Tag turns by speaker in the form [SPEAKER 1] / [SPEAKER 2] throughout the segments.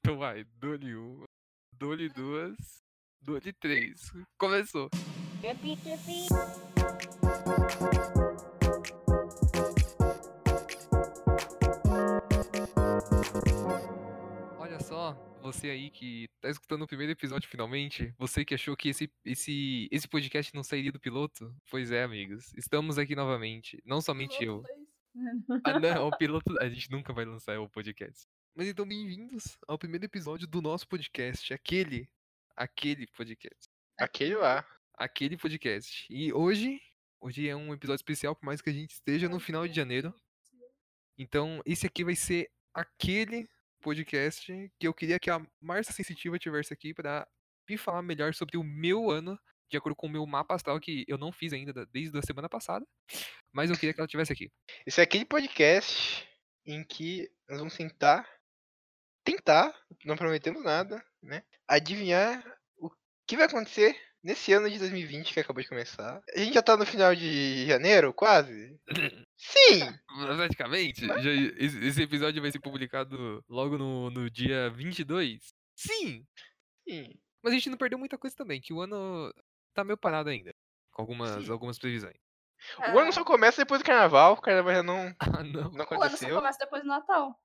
[SPEAKER 1] Então vai, dou-lhe uma, dou-lhe duas, dou-lhe três. Começou.
[SPEAKER 2] Repeat, repeat.
[SPEAKER 1] Olha só, você aí que tá escutando o primeiro episódio finalmente, você que achou que esse, esse, esse podcast não sairia do piloto? Pois é, amigos, estamos aqui novamente. Não somente eu. Ah, não, o piloto. A gente nunca vai lançar o podcast. Mas então, bem-vindos ao primeiro episódio do nosso podcast. Aquele. Aquele podcast.
[SPEAKER 3] Aquele lá.
[SPEAKER 1] Aquele podcast. E hoje. Hoje é um episódio especial, por mais que a gente esteja no final de janeiro. Então, esse aqui vai ser aquele podcast que eu queria que a Marcia Sensitiva tivesse aqui pra me falar melhor sobre o meu ano, de acordo com o meu mapa astral, que eu não fiz ainda da- desde a semana passada. Mas eu queria que ela tivesse aqui.
[SPEAKER 3] Esse é aquele podcast em que nós vamos tentar, tentar, não prometemos nada, né? Adivinhar o que vai acontecer nesse ano de 2020 que acabou de começar. A gente já tá no final de janeiro, quase? Sim!
[SPEAKER 1] Praticamente, já- esse esse episódio vai ser publicado logo no, no dia 22. Sim!
[SPEAKER 3] Sim.
[SPEAKER 1] Mas a gente não perdeu muita coisa também, que o ano tá meio parado ainda. Com algumas,
[SPEAKER 3] Sim.
[SPEAKER 1] algumas previsões.
[SPEAKER 3] O ano só começa depois do carnaval, o carnaval já não,
[SPEAKER 1] Ah, não.
[SPEAKER 3] não
[SPEAKER 4] É. Ah. O ano só
[SPEAKER 3] aconteceu.
[SPEAKER 4] começa depois do Natal.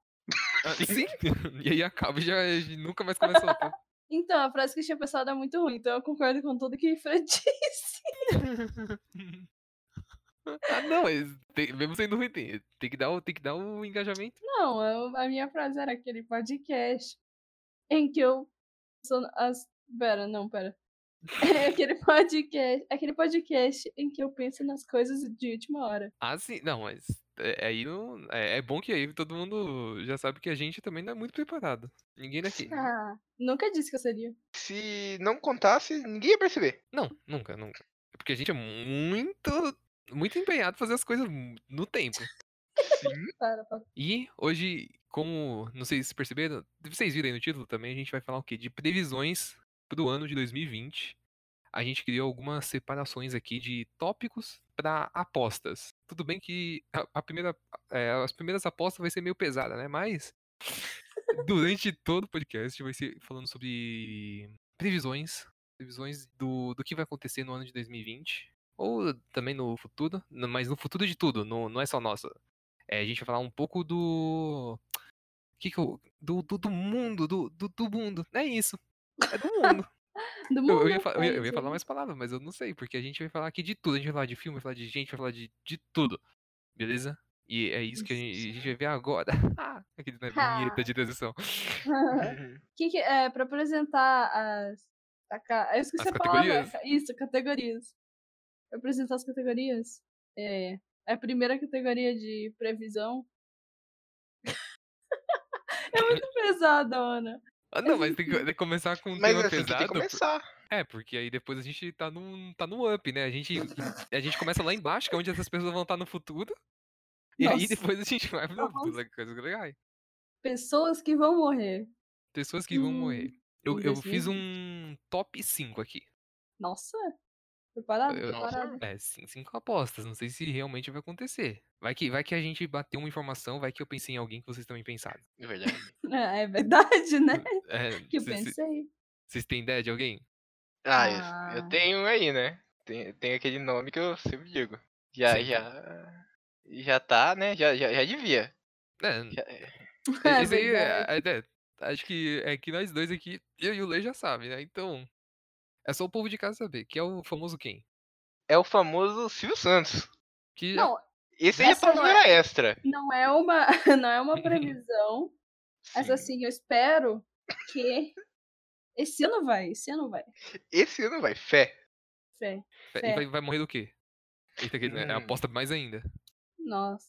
[SPEAKER 1] Ah, Sim! e aí acaba e já a gente nunca mais começa outro.
[SPEAKER 4] Então, a frase que eu tinha pensado é muito ruim, então eu concordo com tudo que o Fred disse.
[SPEAKER 1] ah, não, esse- tem- mesmo sendo ruim, tem, tem que dar o, tem que dar o engajamento.
[SPEAKER 4] Não, eu- a minha frase era aquele podcast em que eu. sou- As... Pera, não, pera. É aquele podcast, aquele podcast em que eu penso nas coisas de última hora.
[SPEAKER 1] Ah, sim. Não, mas é, aí não, é, é bom que aí todo mundo já sabe que a gente também não é muito preparado. Ninguém daqui.
[SPEAKER 4] Ah, nunca disse que eu seria.
[SPEAKER 3] Se não contasse, ninguém ia perceber.
[SPEAKER 1] Não, nunca, nunca. É porque a gente é muito, muito empenhado em fazer as coisas mu- no tempo.
[SPEAKER 3] Sim.
[SPEAKER 4] Para, para.
[SPEAKER 1] E hoje, como não sei se vocês perceberam, vocês viram aí no título também, a gente vai falar o quê? De previsões pro ano de 2020. A gente criou algumas separações aqui de tópicos para apostas. Tudo bem que a, a primeira, é, as primeiras apostas vai ser meio pesada, né? Mas durante todo o podcast vai ser falando sobre previsões, previsões do, do que vai acontecer no ano de 2020 ou também no futuro, no- mas no futuro de tudo, no, não é só nossa. É, a gente vai falar um pouco do. Que que eu- do, do, do mundo, do, do, do mundo. É isso. É do mundo.
[SPEAKER 4] Do
[SPEAKER 1] Eu, eu ia,
[SPEAKER 4] mundo,
[SPEAKER 1] fa- eu ia- eu ia
[SPEAKER 4] Fred.
[SPEAKER 1] falar mais palavras, mas eu não sei, porque a gente vai falar aqui de tudo. A gente vai falar de filme, vai falar de gente, vai falar de, de tudo. Beleza? E é isso que a gente, a gente vai ver agora. Ah, Aquele na
[SPEAKER 3] Ah.
[SPEAKER 1] vinheta de transição.
[SPEAKER 4] que que- é, pra apresentar as. a ca- eu esqueci
[SPEAKER 1] As
[SPEAKER 4] a palavra.
[SPEAKER 1] categorias?
[SPEAKER 4] ca- Isso, categorias. Pra apresentar as categorias. É, a primeira categoria de previsão. é muito pesada, Ana.
[SPEAKER 1] Ah, não, mas tem que tem que começar com um
[SPEAKER 3] Mas
[SPEAKER 1] tema
[SPEAKER 3] assim que tem que
[SPEAKER 1] pesado. por-
[SPEAKER 3] começar.
[SPEAKER 1] É, porque aí depois a gente tá num, tá num up, né? A gente, a gente começa lá embaixo, que é onde essas pessoas vão estar no futuro. E aí
[SPEAKER 4] Nossa.
[SPEAKER 1] depois a gente
[SPEAKER 3] Tá
[SPEAKER 1] vai né? pra
[SPEAKER 4] Nossa.
[SPEAKER 1] coisas legais.
[SPEAKER 4] Pessoas que vão morrer.
[SPEAKER 1] Pessoas que vão
[SPEAKER 4] Hum,
[SPEAKER 1] morrer. Eu,
[SPEAKER 4] em
[SPEAKER 1] eu fiz um top 5 aqui.
[SPEAKER 4] Nossa! Preparado?
[SPEAKER 1] Eu-
[SPEAKER 3] Nossa.
[SPEAKER 4] Preparado.
[SPEAKER 1] É, sim, cinco apostas. Não sei se realmente vai acontecer. Vai que, vai que a gente bateu uma informação, vai que eu pensei em alguém que vocês também pensaram.
[SPEAKER 3] É verdade.
[SPEAKER 4] É, é verdade, né?
[SPEAKER 1] É,
[SPEAKER 4] Que eu
[SPEAKER 1] cê- cê-
[SPEAKER 4] pensei.
[SPEAKER 1] vocês têm ideia de alguém?
[SPEAKER 3] Ah, eu-
[SPEAKER 4] Ah.
[SPEAKER 3] eu tenho aí, né? Tem, tem aquele nome que eu sempre digo. Já,
[SPEAKER 1] Sempre.
[SPEAKER 3] já. Já tá, né? Já, já, já devia.
[SPEAKER 1] É,
[SPEAKER 3] Já-
[SPEAKER 4] É
[SPEAKER 1] esse aí,
[SPEAKER 4] verdade.
[SPEAKER 1] é, é, acho que é que nós dois aqui, eu e o Lei já sabem, né? Então, é só o povo de casa saber, que é o famoso quem?
[SPEAKER 3] É o famoso Silvio Santos.
[SPEAKER 1] Que já-
[SPEAKER 4] Não,
[SPEAKER 3] Esse aí é
[SPEAKER 4] Essa
[SPEAKER 3] pra
[SPEAKER 4] não é-
[SPEAKER 3] hora extra.
[SPEAKER 4] não é uma, não é uma previsão. Mas
[SPEAKER 3] Sim.
[SPEAKER 4] assim, eu espero que. Esse ano vai, esse ano vai.
[SPEAKER 3] Esse ano vai, fé.
[SPEAKER 4] Fé.
[SPEAKER 1] é, e
[SPEAKER 4] fé.
[SPEAKER 1] vai, vai morrer do quê? Eita, que é a
[SPEAKER 3] Hum.
[SPEAKER 1] aposta mais ainda.
[SPEAKER 4] Nossa.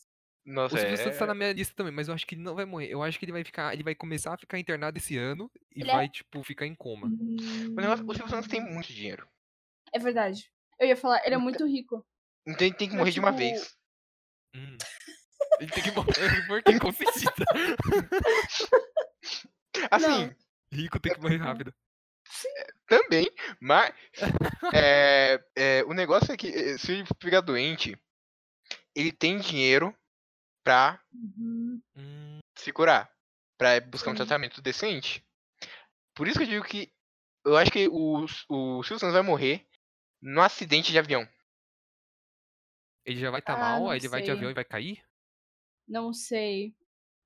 [SPEAKER 1] O
[SPEAKER 3] Nossa,
[SPEAKER 1] Silvio
[SPEAKER 3] é...
[SPEAKER 1] Santos tá na minha lista também, mas eu acho que ele não vai morrer. Eu acho que ele vai ficar, ele vai começar a ficar internado esse ano e
[SPEAKER 4] Ele é- Hum.
[SPEAKER 1] vai, tipo, ficar em coma.
[SPEAKER 3] o, negócio- o Silvio Santos tem muito dinheiro.
[SPEAKER 4] É verdade. Eu ia falar, ele é
[SPEAKER 3] Muita-
[SPEAKER 4] muito rico.
[SPEAKER 3] Então ele tem que
[SPEAKER 4] Mas,
[SPEAKER 3] morrer de uma
[SPEAKER 4] tipo,
[SPEAKER 3] vez.
[SPEAKER 1] Hum. Ele tem que morrer porque com sentido.
[SPEAKER 3] Assim,
[SPEAKER 1] Rico tem que morrer rápido.
[SPEAKER 3] também, mas... é, é, o negócio é que eh, se ele ficar doente, ele tem dinheiro pra
[SPEAKER 4] Uhum.
[SPEAKER 1] Hum,
[SPEAKER 3] se curar. Pra buscar um
[SPEAKER 4] Sim.
[SPEAKER 3] tratamento decente. Por isso que eu digo que eu acho que o, o Silvio Santos vai morrer num acidente de avião.
[SPEAKER 1] Ele já vai estar
[SPEAKER 4] Ah,
[SPEAKER 1] mal,
[SPEAKER 4] não
[SPEAKER 1] aí ele vai de
[SPEAKER 4] sei.
[SPEAKER 1] avião e vai cair?
[SPEAKER 4] Não sei.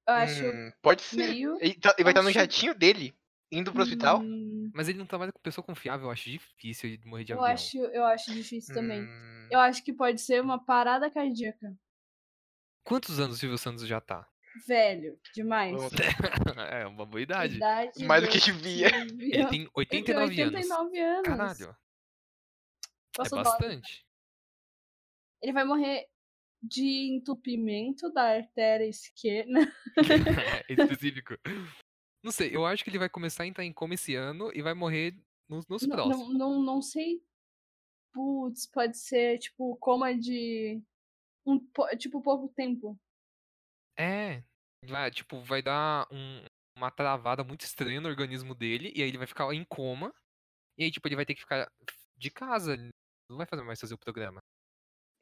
[SPEAKER 4] Eu acho é
[SPEAKER 3] Hum, pode ser.
[SPEAKER 4] meio.
[SPEAKER 3] Ele, tá- ele vai estar no
[SPEAKER 4] acho-
[SPEAKER 3] jatinho dele, indo pro hospital.
[SPEAKER 4] Hum,
[SPEAKER 1] Mas ele não trabalha com pessoa confiável, eu acho difícil ele morrer de
[SPEAKER 4] eu,
[SPEAKER 1] avião.
[SPEAKER 4] acho, eu acho difícil também.
[SPEAKER 3] Hum,
[SPEAKER 4] Eu acho que pode ser uma parada cardíaca.
[SPEAKER 1] Quantos anos o Silvio Santos já tá?
[SPEAKER 4] Velho, demais.
[SPEAKER 3] vamos-
[SPEAKER 1] é uma boa idade.
[SPEAKER 4] Idade
[SPEAKER 3] Mais do que devia.
[SPEAKER 1] Ele
[SPEAKER 4] devia.
[SPEAKER 1] tem
[SPEAKER 4] Ele tem
[SPEAKER 1] 89, anos.
[SPEAKER 4] 89 anos.
[SPEAKER 1] Caralho,
[SPEAKER 4] Posso
[SPEAKER 1] é
[SPEAKER 4] dar-
[SPEAKER 1] bastante.
[SPEAKER 4] Ele vai morrer de entupimento da artéria esquerda.
[SPEAKER 1] É específico. Não sei, eu acho que ele vai começar a entrar em coma esse ano e vai morrer nos, nos
[SPEAKER 4] Não,
[SPEAKER 1] próximos.
[SPEAKER 4] não, não, não sei. Putz, pode ser tipo coma de. Um, po- tipo, pouco tempo.
[SPEAKER 1] É, vai, tipo, vai dar um- uma travada muito estranha no organismo dele e aí ele vai ficar em coma. E aí, tipo, ele vai ter que ficar de casa. ele Não vai fazer mais fazer o programa.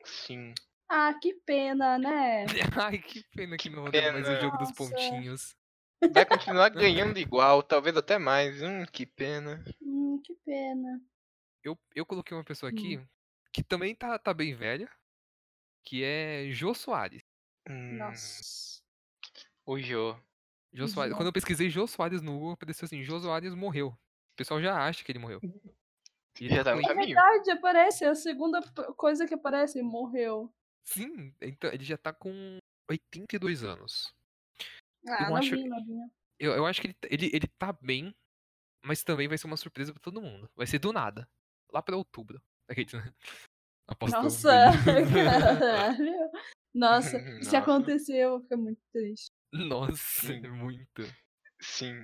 [SPEAKER 3] Sim.
[SPEAKER 4] Ah, que pena, né?
[SPEAKER 1] Ai, que pena que
[SPEAKER 3] Que
[SPEAKER 1] não mandaram mais o
[SPEAKER 3] pena.
[SPEAKER 1] jogo dos
[SPEAKER 4] Nossa.
[SPEAKER 1] pontinhos.
[SPEAKER 3] Vai continuar ganhando igual, talvez até mais. Hum, que pena.
[SPEAKER 4] Hum, que pena.
[SPEAKER 1] Eu, eu coloquei uma pessoa
[SPEAKER 4] Hum.
[SPEAKER 1] aqui que também tá, tá bem velha, que é Jô Soares.
[SPEAKER 3] Hum,
[SPEAKER 4] Nossa.
[SPEAKER 3] O Jô.
[SPEAKER 1] Jô Soares.
[SPEAKER 4] Jô.
[SPEAKER 1] Quando eu pesquisei Jô Soares no Google, apareceu assim, Jô Soares morreu. O pessoal já acha que ele morreu.
[SPEAKER 4] Hum.
[SPEAKER 1] E ele
[SPEAKER 3] Já
[SPEAKER 1] tá
[SPEAKER 3] tá no
[SPEAKER 1] com-
[SPEAKER 4] É
[SPEAKER 3] caminho.
[SPEAKER 4] verdade, aparece. É a segunda p- coisa que aparece. Morreu.
[SPEAKER 1] Sim, então ele já tá com 82 anos.
[SPEAKER 4] Ah,
[SPEAKER 1] Eu acho-
[SPEAKER 4] novinho, novinho.
[SPEAKER 1] Eu, eu acho que ele, t- ele, ele tá bem, mas também vai ser uma surpresa pra todo mundo. Vai ser do nada. Lá pra outubro. Aqueles, né? Aposto que eu
[SPEAKER 4] Nossa,
[SPEAKER 1] vejo.
[SPEAKER 4] caralho. Nossa, se
[SPEAKER 3] Nossa.
[SPEAKER 4] acontecer, eu vou ficar muito triste.
[SPEAKER 1] Nossa, é
[SPEAKER 3] Hum.
[SPEAKER 1] muito.
[SPEAKER 3] Sim.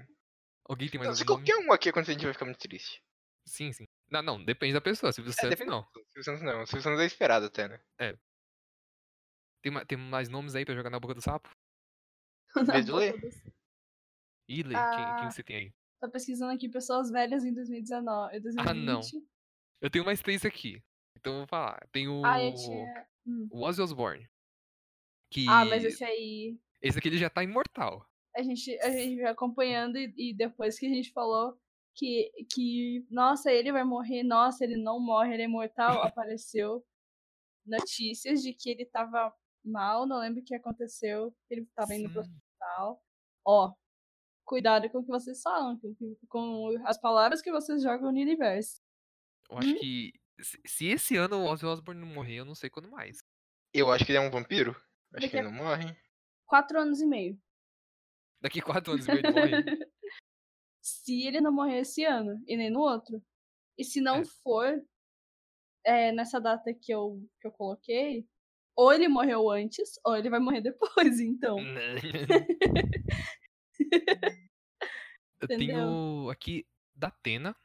[SPEAKER 1] Alguém tem mais
[SPEAKER 3] Não, se
[SPEAKER 1] algum nome?
[SPEAKER 3] qualquer um aqui acontecer, a gente vai ficar muito triste.
[SPEAKER 1] Sim, sim. Não, não, depende da pessoa. Silvio Santos,
[SPEAKER 3] É, depende
[SPEAKER 1] não.
[SPEAKER 3] O Silvio Santos não. O Silvio Santos é esperado até, né?
[SPEAKER 1] Tem, ma- tem mais nomes aí pra jogar na boca do sapo?
[SPEAKER 4] Na
[SPEAKER 3] Vedula?
[SPEAKER 4] boca do-
[SPEAKER 1] Ile, quem, quem
[SPEAKER 4] Ah.
[SPEAKER 1] você tem aí?
[SPEAKER 4] Tô pesquisando aqui pessoas velhas em 2019. 2020.
[SPEAKER 1] Ah, não. Eu tenho mais três aqui. Então eu vou falar. Tem o,
[SPEAKER 4] Ah, eu tinha.
[SPEAKER 1] o Ozzy Osbourne. Que
[SPEAKER 4] Ah, mas esse aí.
[SPEAKER 1] esse aqui ele já tá imortal.
[SPEAKER 4] A gente, a gente vai acompanhando e, e depois que a gente falou que, que, nossa, ele vai morrer, nossa, ele não morre, ele é imortal, apareceu notícias de que ele tava mal, não lembro o que aconteceu, que ele tava indo pro
[SPEAKER 1] Sim.
[SPEAKER 4] hospital. Ó, cuidado com o que vocês falam, com, com as palavras que vocês jogam no universo.
[SPEAKER 1] Eu acho
[SPEAKER 4] Hum.
[SPEAKER 1] que se- se esse ano o Ozzy Osbourne não morrer, eu não sei quando mais.
[SPEAKER 3] Eu acho que ele é um vampiro. Acho
[SPEAKER 4] Daqui
[SPEAKER 3] que
[SPEAKER 4] a-
[SPEAKER 3] ele não morre.
[SPEAKER 4] Quatro anos e meio.
[SPEAKER 1] Daqui quatro anos e meio ele morre.
[SPEAKER 4] se ele não morrer esse ano e nem no outro. E se não
[SPEAKER 1] É.
[SPEAKER 4] for é, nessa data que eu, que eu coloquei, ou ele morreu antes, ou ele vai morrer depois, então.
[SPEAKER 1] Hum, Eu
[SPEAKER 4] Entendeu?
[SPEAKER 1] tenho aqui da Atena.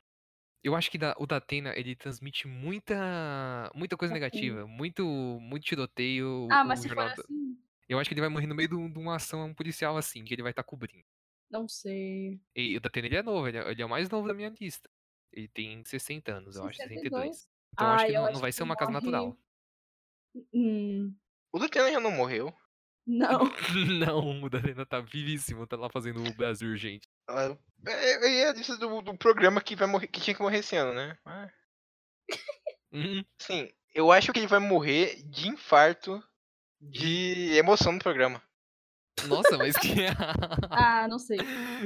[SPEAKER 1] Eu acho que da- o da Atena ele transmite muita muita coisa
[SPEAKER 4] Datena.
[SPEAKER 1] negativa, muito muito tiroteio.
[SPEAKER 4] ah,
[SPEAKER 1] o
[SPEAKER 4] mas se for
[SPEAKER 1] um jornal da-
[SPEAKER 4] assim,
[SPEAKER 1] Eu acho que ele vai morrer no meio de, um- de uma ação policial assim, que ele vai estar cobrindo.
[SPEAKER 4] não sei.
[SPEAKER 1] E o Datena ele é novo, ele é, ele é o mais novo da minha lista. Ele tem 60 anos, eu acho, 62. Então eu acho
[SPEAKER 4] Ah,
[SPEAKER 1] que
[SPEAKER 4] eu
[SPEAKER 1] não, não
[SPEAKER 4] acho
[SPEAKER 1] vai
[SPEAKER 4] que
[SPEAKER 1] ser uma casa
[SPEAKER 4] morre-
[SPEAKER 1] natural.
[SPEAKER 4] Hum,
[SPEAKER 3] O Datena já não morreu.
[SPEAKER 4] não.
[SPEAKER 1] não, o Datena tá vivíssimo, tá lá fazendo o Brasil urgente.
[SPEAKER 3] Ah, É, é- é a lista do, do programa que, vai morrer, que tinha que morrer esse ano, né? Ah.
[SPEAKER 1] Hum,
[SPEAKER 3] Sim, eu acho que ele vai morrer de infarto de emoção no programa.
[SPEAKER 1] nossa, mas que.
[SPEAKER 4] Ah, não sei.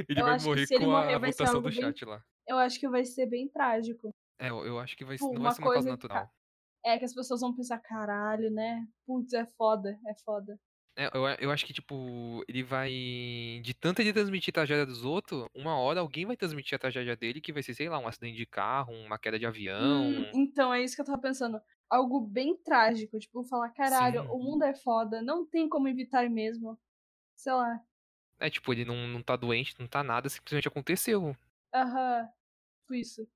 [SPEAKER 1] ele
[SPEAKER 4] Eu
[SPEAKER 1] vai
[SPEAKER 4] acho que
[SPEAKER 1] morrer
[SPEAKER 4] se ele
[SPEAKER 1] com
[SPEAKER 4] morrer
[SPEAKER 1] a
[SPEAKER 4] vai ser
[SPEAKER 1] votação
[SPEAKER 4] algo
[SPEAKER 1] do
[SPEAKER 4] bem-
[SPEAKER 1] chat lá.
[SPEAKER 4] Eu acho que vai ser bem trágico.
[SPEAKER 1] É, eu eu acho que vai, ser-
[SPEAKER 4] Tipo,
[SPEAKER 1] não vai
[SPEAKER 4] uma
[SPEAKER 1] ser uma causa
[SPEAKER 4] coisa que tá-
[SPEAKER 1] natural.
[SPEAKER 4] É que as pessoas vão pensar, caralho, né? Putz, é foda, é foda.
[SPEAKER 1] É, eu, a- eu acho que, tipo, ele vai. De tanto ele transmitir a tragédia dos outros, uma hora alguém vai transmitir a tragédia dele, que vai ser, sei lá, um acidente de carro, uma queda de avião.
[SPEAKER 4] Hum, então, é isso que eu tava pensando. Algo bem trágico, tipo, falar, caralho,
[SPEAKER 1] Sim.
[SPEAKER 4] o mundo é foda, não tem como evitar mesmo. Sei lá.
[SPEAKER 1] É, tipo, ele não, não tá doente, não tá nada, simplesmente aconteceu.
[SPEAKER 4] Aham. Tipo isso.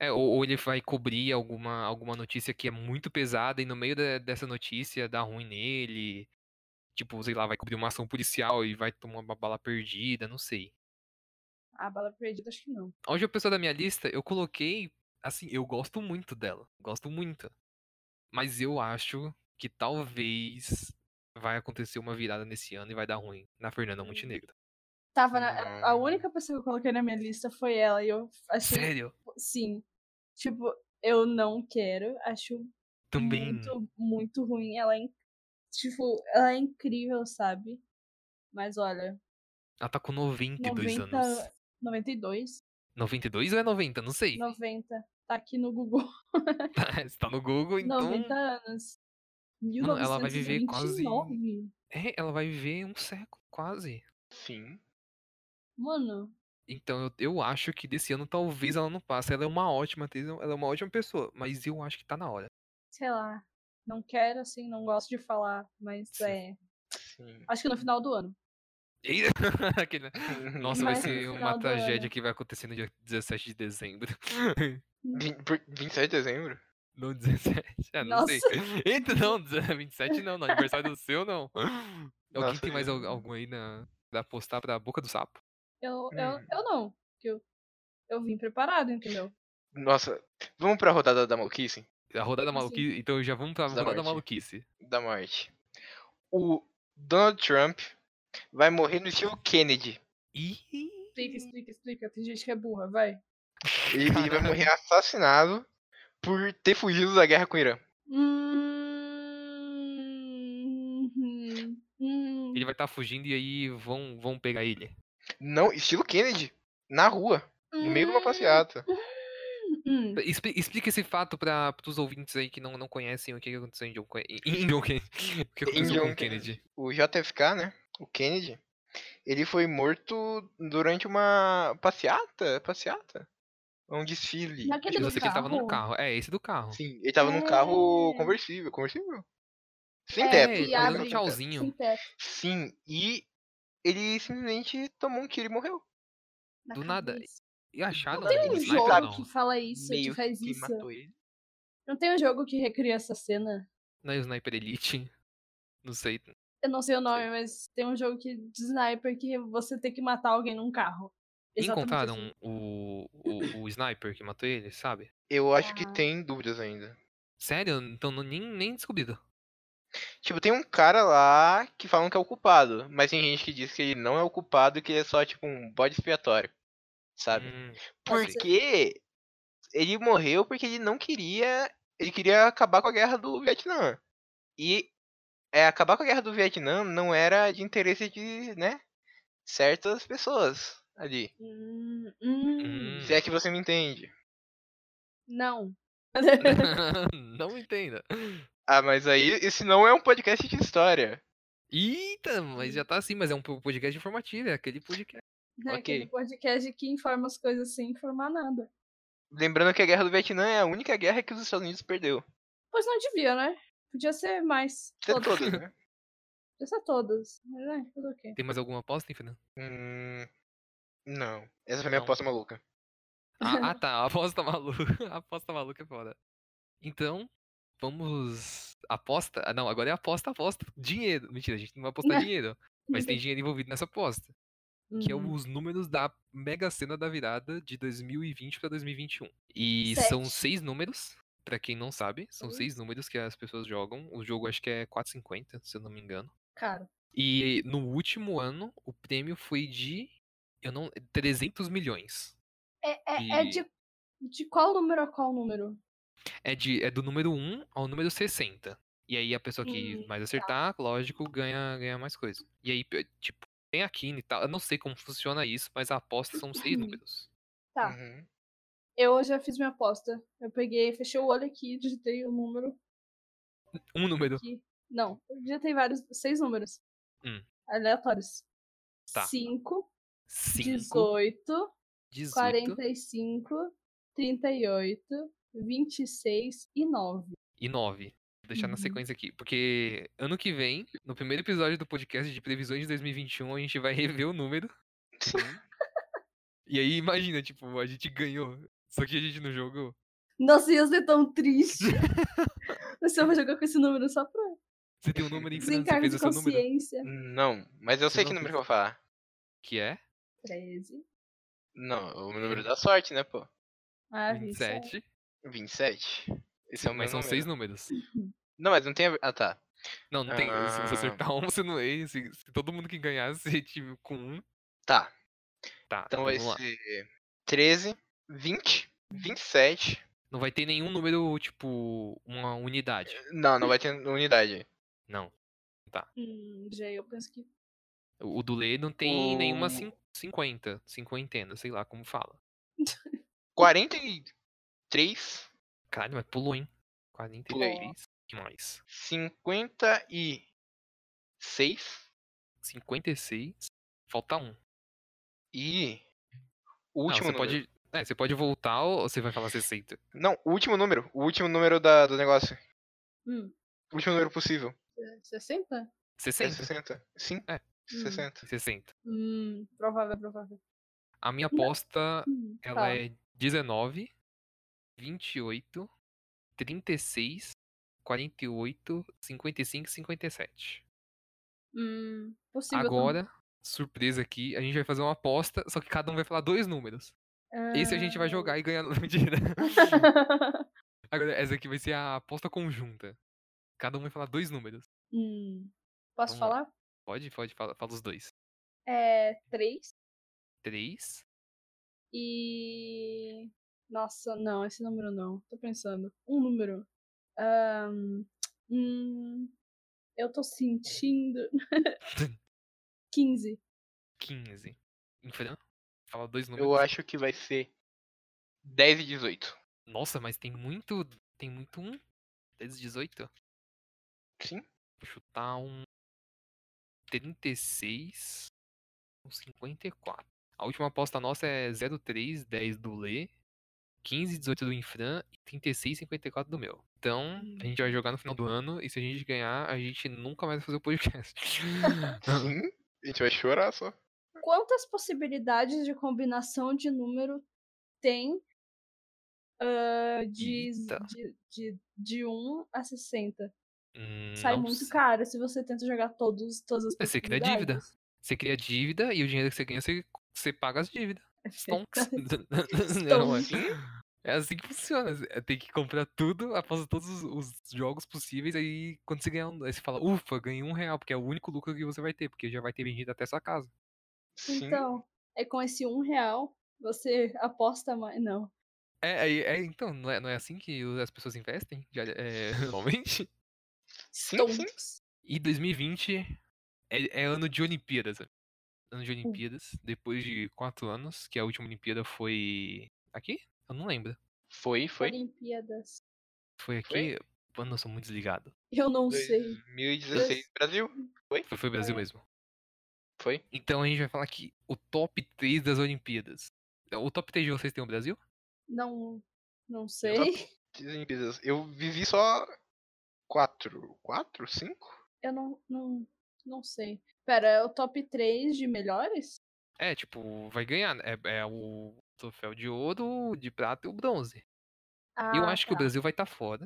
[SPEAKER 1] É, ou, ou ele vai cobrir alguma, alguma notícia que é muito pesada e no meio de- dessa notícia dá ruim nele. Tipo, sei lá, vai cobrir uma ação policial e vai tomar uma bala perdida, não sei.
[SPEAKER 4] Ah, bala perdida, acho que não.
[SPEAKER 1] Hoje a pessoa da minha lista, eu coloquei, assim, eu gosto muito dela, gosto muito. Mas eu acho que
[SPEAKER 4] Hum,
[SPEAKER 1] talvez vai acontecer uma virada nesse ano e vai dar ruim na Fernanda Montenegro.
[SPEAKER 4] Tava na- A única pessoa que eu coloquei na minha lista foi ela. E eu achei.
[SPEAKER 1] Sério?
[SPEAKER 4] Sim. Tipo, eu não quero. Acho
[SPEAKER 1] Também.
[SPEAKER 4] muito, muito ruim. Ela é, in- tipo, ela é incrível, sabe? Mas olha,
[SPEAKER 1] Ela tá com 92
[SPEAKER 4] 90,
[SPEAKER 1] anos.
[SPEAKER 4] 92,
[SPEAKER 1] 92 ou é 90? Não sei.
[SPEAKER 4] 90, tá aqui no Google,
[SPEAKER 1] Tá, Você tá no Google, então.
[SPEAKER 4] 90 anos.
[SPEAKER 1] Mano, ela vai viver quase-
[SPEAKER 4] 1929.
[SPEAKER 1] É, ela vai viver um século quase.
[SPEAKER 3] Sim.
[SPEAKER 4] Mano,
[SPEAKER 1] Então eu, eu acho que desse ano talvez ela não passe. Ela é uma ótima atriz, ela é uma ótima pessoa, mas eu acho que tá na hora.
[SPEAKER 4] sei lá, não quero assim, não gosto de falar, mas
[SPEAKER 1] Sim.
[SPEAKER 4] é,
[SPEAKER 3] Sim.
[SPEAKER 4] acho que no final do ano.
[SPEAKER 1] E- Aquele- né? Nossa, vai
[SPEAKER 4] Mas no
[SPEAKER 1] ser um-
[SPEAKER 4] final
[SPEAKER 1] uma
[SPEAKER 4] do
[SPEAKER 1] tragédia
[SPEAKER 4] ano.
[SPEAKER 1] que vai acontecer no dia 17 de dezembro.
[SPEAKER 3] Vin- por- 27 de dezembro?
[SPEAKER 1] Não 17. Ah, não sei. Eita, não, é, 27 não, no aniversário do seu não. Alguém
[SPEAKER 3] Nossa,
[SPEAKER 1] tem mais
[SPEAKER 3] eu-
[SPEAKER 1] al- algum aí na, pra apostar pra boca do sapo?
[SPEAKER 4] Eu, eu,
[SPEAKER 3] Hum.
[SPEAKER 4] eu não, porque eu, eu vim preparado, entendeu?
[SPEAKER 3] Nossa, vamos pra rodada da maluquice?
[SPEAKER 1] A rodada
[SPEAKER 4] Como assim?
[SPEAKER 1] maluquice. Então já vamos pra
[SPEAKER 3] Da
[SPEAKER 1] rodada
[SPEAKER 3] morte.
[SPEAKER 1] maluquice.
[SPEAKER 3] Da morte. O Donald Trump vai morrer no estilo Kennedy.
[SPEAKER 1] Ih!
[SPEAKER 4] Explica, explica, explica, tem gente que é burra, vai.
[SPEAKER 3] Ele vai morrer assassinado por ter fugido da guerra com o Irã.
[SPEAKER 4] Hum, hum, hum.
[SPEAKER 1] Ele vai estar fugindo e aí vão, vão pegar ele.
[SPEAKER 3] Não, estilo Kennedy. Na rua, no meio de uma passeata.
[SPEAKER 4] Hum,
[SPEAKER 1] Expli- explica esse fato para os ouvintes aí que não, não conhecem o que que aconteceu em John Kennedy. Em John Kennedy. O que aconteceu
[SPEAKER 3] John
[SPEAKER 1] com Kennedy.
[SPEAKER 3] O JFK, né? O Kennedy. Ele foi morto durante uma passeata? Passeata? Um desfile.
[SPEAKER 4] Naquele
[SPEAKER 1] Eu
[SPEAKER 4] do
[SPEAKER 1] sei que ele tava num
[SPEAKER 4] carro?
[SPEAKER 1] carro. É, esse do carro.
[SPEAKER 3] Sim, ele tava num carro
[SPEAKER 4] É.
[SPEAKER 3] conversível. Conversível? Sem
[SPEAKER 4] É,
[SPEAKER 3] teto.
[SPEAKER 1] ele
[SPEAKER 4] e
[SPEAKER 3] tava
[SPEAKER 1] tava dando um
[SPEAKER 4] abre-
[SPEAKER 3] sem teto.
[SPEAKER 1] tchauzinho.
[SPEAKER 4] Sem teto,
[SPEAKER 3] Sim, e ele simplesmente tomou um tiro e morreu.
[SPEAKER 4] na
[SPEAKER 1] Do nada.
[SPEAKER 4] cabeça.
[SPEAKER 1] E acharam
[SPEAKER 4] Não tem
[SPEAKER 1] ele
[SPEAKER 4] um
[SPEAKER 1] no
[SPEAKER 4] jogo
[SPEAKER 1] sniper, não.
[SPEAKER 4] que fala isso,
[SPEAKER 3] Meio
[SPEAKER 4] que faz
[SPEAKER 3] que
[SPEAKER 4] isso.
[SPEAKER 3] matou ele.
[SPEAKER 4] Não tem um jogo que recria essa cena.
[SPEAKER 1] Não é o Sniper Elite. Não sei.
[SPEAKER 4] Eu não sei o nome, mas tem um jogo que, de sniper que você tem que matar alguém num carro. Exatamente assim.
[SPEAKER 1] Encontraram o, o, o Sniper que matou ele, sabe?
[SPEAKER 3] Eu acho que
[SPEAKER 4] Ah.
[SPEAKER 3] tem dúvidas ainda.
[SPEAKER 1] Sério? Então não- nem, nem descobrido.
[SPEAKER 3] Tipo, tem um cara lá que falam que é o culpado, mas tem gente que diz que ele não é o culpado, que ele é só, tipo, um bode expiatório, sabe?
[SPEAKER 1] Hum,
[SPEAKER 4] pode ser.
[SPEAKER 3] Porque ele morreu porque ele não queria. Ele queria acabar com a guerra do Vietnã. E é, acabar com a guerra do Vietnã não era de interesse de, né, certas pessoas ali.
[SPEAKER 4] Hum, hum,
[SPEAKER 1] hum.
[SPEAKER 3] Se é que você me entende.
[SPEAKER 4] Não.
[SPEAKER 1] não entenda.
[SPEAKER 3] Ah, mas aí esse não é um podcast de história.
[SPEAKER 1] Eita, mas já tá assim, mas é um po- podcast informativo, é aquele podcast.
[SPEAKER 4] É Aquele
[SPEAKER 3] Ok.
[SPEAKER 4] podcast que informa as coisas sem informar nada.
[SPEAKER 3] Lembrando que a guerra do Vietnã é a única guerra que os Estados Unidos perdeu.
[SPEAKER 4] Pois não devia, né? Podia ser mais.
[SPEAKER 3] Até
[SPEAKER 4] Todas.
[SPEAKER 3] todas, né?
[SPEAKER 4] Podia ser todas. Mas é, tudo ok.
[SPEAKER 1] Tem mais alguma aposta, hein, Fernando?
[SPEAKER 3] Hum, não. Essa foi a minha
[SPEAKER 1] Não.
[SPEAKER 3] aposta maluca.
[SPEAKER 1] Ah, ah, tá, a aposta maluca. A aposta maluca é foda. Então, vamos. Aposta. Ah, não, agora é aposta, aposta. Dinheiro. Mentira, a gente não vai apostar dinheiro. Mas tem dinheiro envolvido nessa aposta. Que é
[SPEAKER 4] Hum.
[SPEAKER 1] os números da Mega Sena da virada de 2020 pra 2021. E são
[SPEAKER 4] Sete.
[SPEAKER 1] seis números, pra quem não sabe. São
[SPEAKER 4] Hum.
[SPEAKER 1] seis números que as pessoas jogam. O jogo acho que é 4,50, se eu não me engano.
[SPEAKER 4] Cara.
[SPEAKER 1] E no último ano, o prêmio foi de. Eu não. 300 milhões.
[SPEAKER 4] É, é, é
[SPEAKER 1] E-
[SPEAKER 4] de, de qual número a qual número?
[SPEAKER 1] É, de, é do número 1 ao número 60. E aí a pessoa que
[SPEAKER 4] Hum,
[SPEAKER 1] mais acertar, lógico, ganha, ganha mais coisa. E aí, pe- tipo, tem a Kine e tal. Eu não sei como funciona isso, mas a aposta são seis números.
[SPEAKER 4] Tá.
[SPEAKER 3] Uhum.
[SPEAKER 4] Eu já fiz minha aposta. Eu peguei, fechei o olho aqui, digitei o número.
[SPEAKER 1] Um número.
[SPEAKER 4] Aqui. Não, eu digitei vários, seis números.
[SPEAKER 1] Hum.
[SPEAKER 4] Aleatórios.
[SPEAKER 1] Tá.
[SPEAKER 4] 5,
[SPEAKER 1] 5,
[SPEAKER 4] 18,
[SPEAKER 1] 18
[SPEAKER 4] 45, 38, 26 e 9.
[SPEAKER 1] e 9. Vou deixar na
[SPEAKER 4] Uhum.
[SPEAKER 1] sequência aqui. Porque ano que vem, no primeiro episódio do podcast de previsões de 2021, a gente vai rever o número.
[SPEAKER 3] Sim.
[SPEAKER 1] E aí, imagina, tipo, a gente ganhou. Só que a gente não jogou.
[SPEAKER 4] Nossa, ia ser tão triste. Você vai jogar com esse número só pra
[SPEAKER 1] Você tem um número em França, você
[SPEAKER 4] desencargo
[SPEAKER 1] fez o
[SPEAKER 4] de
[SPEAKER 1] seu número.
[SPEAKER 4] consciência.
[SPEAKER 3] Não, mas eu
[SPEAKER 1] Você
[SPEAKER 3] sei que
[SPEAKER 1] não
[SPEAKER 3] número que
[SPEAKER 1] fez.
[SPEAKER 3] eu vou falar.
[SPEAKER 1] Que é
[SPEAKER 4] 13.
[SPEAKER 3] Não, o
[SPEAKER 1] Hum.
[SPEAKER 3] número da sorte, né, pô?
[SPEAKER 4] Ah, 27.
[SPEAKER 1] 27.
[SPEAKER 3] 27. Esse é o
[SPEAKER 1] Mas
[SPEAKER 3] meu
[SPEAKER 1] são seis
[SPEAKER 3] número.
[SPEAKER 1] números.
[SPEAKER 3] Não, mas não tem a... ver- Ah, tá.
[SPEAKER 1] Não, assim, não tem. Se você
[SPEAKER 3] Ah.
[SPEAKER 1] acertar um, você não. e Se, se todo mundo que ganhasse, tipo, com um,
[SPEAKER 3] Tá.
[SPEAKER 1] Tá,
[SPEAKER 3] Então vai
[SPEAKER 1] vamos lá.
[SPEAKER 3] ser 13, 20, 27.
[SPEAKER 1] Não vai ter nenhum número, tipo, uma unidade.
[SPEAKER 3] Não, não vai ter unidade.
[SPEAKER 1] Não.
[SPEAKER 4] Hum, já eu penso que.
[SPEAKER 1] O o do Lê não tem nenhuma
[SPEAKER 3] O-
[SPEAKER 1] cin- 50, cinquentena, sei lá como fala.
[SPEAKER 3] 43,
[SPEAKER 1] Caralho, mas pulou, hein? 43. Que mais?
[SPEAKER 3] 56
[SPEAKER 1] 56. Falta um.
[SPEAKER 3] e. O
[SPEAKER 1] Não,
[SPEAKER 3] último
[SPEAKER 1] Ah, você
[SPEAKER 3] número. É,
[SPEAKER 1] pode. É, você pode voltar ou você vai falar 60?
[SPEAKER 3] Não, o último número. O último número da, do negócio.
[SPEAKER 4] Hum,
[SPEAKER 3] O último número possível.
[SPEAKER 4] é 60?
[SPEAKER 3] É
[SPEAKER 1] 60?
[SPEAKER 3] 60. Sim.
[SPEAKER 1] É.
[SPEAKER 3] 60.
[SPEAKER 1] 60.
[SPEAKER 4] Hum, provável, provável.
[SPEAKER 1] A minha
[SPEAKER 4] Não.
[SPEAKER 1] aposta,
[SPEAKER 4] Hum,
[SPEAKER 1] ela
[SPEAKER 4] tá.
[SPEAKER 1] é 19, 28, 36, 48, 55 57.
[SPEAKER 4] Hum, possível.
[SPEAKER 1] Agora, surpresa aqui, a gente vai fazer uma aposta, só que cada um vai falar dois números. Esse
[SPEAKER 4] Ah.
[SPEAKER 1] a gente vai jogar e ganhar. Mentira. Agora, essa aqui vai ser a aposta conjunta. Cada um vai falar dois números.
[SPEAKER 4] Hum, posso
[SPEAKER 1] Vamos lá.
[SPEAKER 4] falar?
[SPEAKER 1] Pode, pode, fala, fala os dois.
[SPEAKER 4] É 3
[SPEAKER 1] Três.
[SPEAKER 4] e. Nossa, não, esse número não. Tô pensando. Um número. Ahn, hum, eu tô sentindo. 15.
[SPEAKER 1] 15. Infran, fala dois números.
[SPEAKER 3] Eu acho que vai ser 10 e 18.
[SPEAKER 1] Nossa, mas tem muito. Tem muito um. 10, 18.
[SPEAKER 3] Sim.
[SPEAKER 1] Vou chutar um. 36. Um 54. A última aposta nossa é 03, 10 do Lê. 15, 18 do Infran e 36, 54 do meu. Então, a gente vai jogar no final do ano e se a gente ganhar, a gente nunca mais vai fazer o podcast.
[SPEAKER 3] Sim. A gente vai chorar só.
[SPEAKER 4] Quantas possibilidades de combinação de número tem ah, de,
[SPEAKER 1] Eita.
[SPEAKER 4] de, de, de 1 a 60?
[SPEAKER 1] Hum,
[SPEAKER 4] Sai
[SPEAKER 1] não
[SPEAKER 4] muito
[SPEAKER 1] sei.
[SPEAKER 4] caro se você tenta jogar todos, todas as
[SPEAKER 1] É, você cria dívida.
[SPEAKER 4] possibilidades.
[SPEAKER 1] Você cria dívida e o dinheiro que você ganha, você, você paga as dívidas. Stonks. Não, é.
[SPEAKER 4] Stonks.
[SPEAKER 1] É assim que funciona. é, Tem que comprar tudo, aposta todos os, os jogos possíveis, aí quando você ganhar um. Aí você fala, ufa, ganhei um real, porque é o único lucro que você vai ter, porque já vai ter vendido até sua casa.
[SPEAKER 3] Sim.
[SPEAKER 4] Então, é com esse um real você aposta mais. Não.
[SPEAKER 1] É, é, é, então, não é, não é assim que o- as pessoas investem, já- é, normalmente?
[SPEAKER 3] Sim,
[SPEAKER 4] Então,
[SPEAKER 3] sim.
[SPEAKER 4] Stonks.
[SPEAKER 1] E 2020 é, é ano de Olimpíadas. né? Ano de Olimpíadas, depois de quatro anos, que a última Olimpíada foi. Aqui? Eu não lembro.
[SPEAKER 3] Foi, foi.
[SPEAKER 4] Olimpíadas.
[SPEAKER 1] Foi
[SPEAKER 3] Foi?
[SPEAKER 1] aqui? Mano, eu sou muito desligado.
[SPEAKER 4] Eu não sei.
[SPEAKER 3] 2016 Brasil.
[SPEAKER 1] Foi, foi Brasil mesmo.
[SPEAKER 3] Foi.
[SPEAKER 1] Então a gente vai falar aqui o top 3 das Olimpíadas. O top 3 de vocês tem o Brasil?
[SPEAKER 4] Não. Não
[SPEAKER 3] Eu
[SPEAKER 4] sei.
[SPEAKER 3] Dizem que Deus- Eu vivi só quatro. Quatro? Cinco?
[SPEAKER 4] Eu não. Não, não sei. Pera, é o top 3 de melhores?
[SPEAKER 1] É, tipo, vai ganhar. né? É, é o troféu de ouro, de prata e o bronze. E eu
[SPEAKER 4] Ah,
[SPEAKER 1] acho que o Brasil vai estar fora.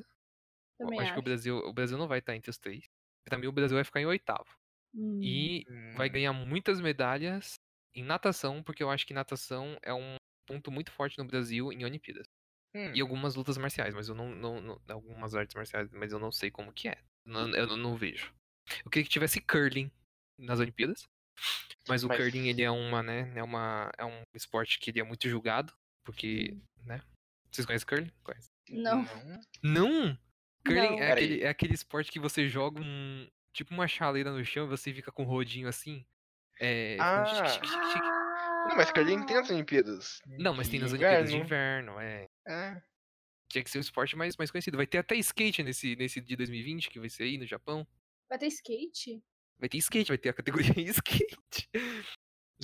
[SPEAKER 1] Eu
[SPEAKER 4] também
[SPEAKER 1] acho, que o Brasil, o Brasil não vai estar entre os três. Pra mim, o Brasil vai ficar em oitavo.
[SPEAKER 4] Hum.
[SPEAKER 1] E vai ganhar muitas medalhas em natação, porque eu acho que natação é um ponto muito forte no Brasil em Olimpíadas.
[SPEAKER 3] Hum,
[SPEAKER 1] E algumas lutas marciais, mas eu não, não, não- Algumas artes marciais, mas eu não sei como que é. Não- eu não, não vejo. Eu queria que tivesse curling nas Olimpíadas. Mas o
[SPEAKER 3] Mas-
[SPEAKER 1] curling, ele é uma, né? É, uma, é um esporte que ele é muito julgado. Porque, né? Vocês conhecem curling? Conhecem.
[SPEAKER 4] Não.
[SPEAKER 1] Não! Curling
[SPEAKER 4] Não.
[SPEAKER 1] é
[SPEAKER 3] Peraí.
[SPEAKER 1] aquele, é aquele esporte que você joga um. Tipo uma chaleira no chão e você fica com o rodinho assim. É. fica um
[SPEAKER 3] Ah.
[SPEAKER 1] tique, tique, tique, tique.
[SPEAKER 4] Ah!
[SPEAKER 3] Não, mas Carlinhos tem nas Olimpíadas.
[SPEAKER 1] Não, mas tem
[SPEAKER 3] de
[SPEAKER 1] nas Olimpíadas de
[SPEAKER 3] inverno.
[SPEAKER 1] inverno, é.
[SPEAKER 3] É.
[SPEAKER 1] tinha que ser o esporte mais, mais conhecido. Vai ter até skate nesse, nesse de 2020, que vai ser aí no Japão.
[SPEAKER 4] Vai ter skate?
[SPEAKER 1] Vai ter skate, vai ter a categoria skate.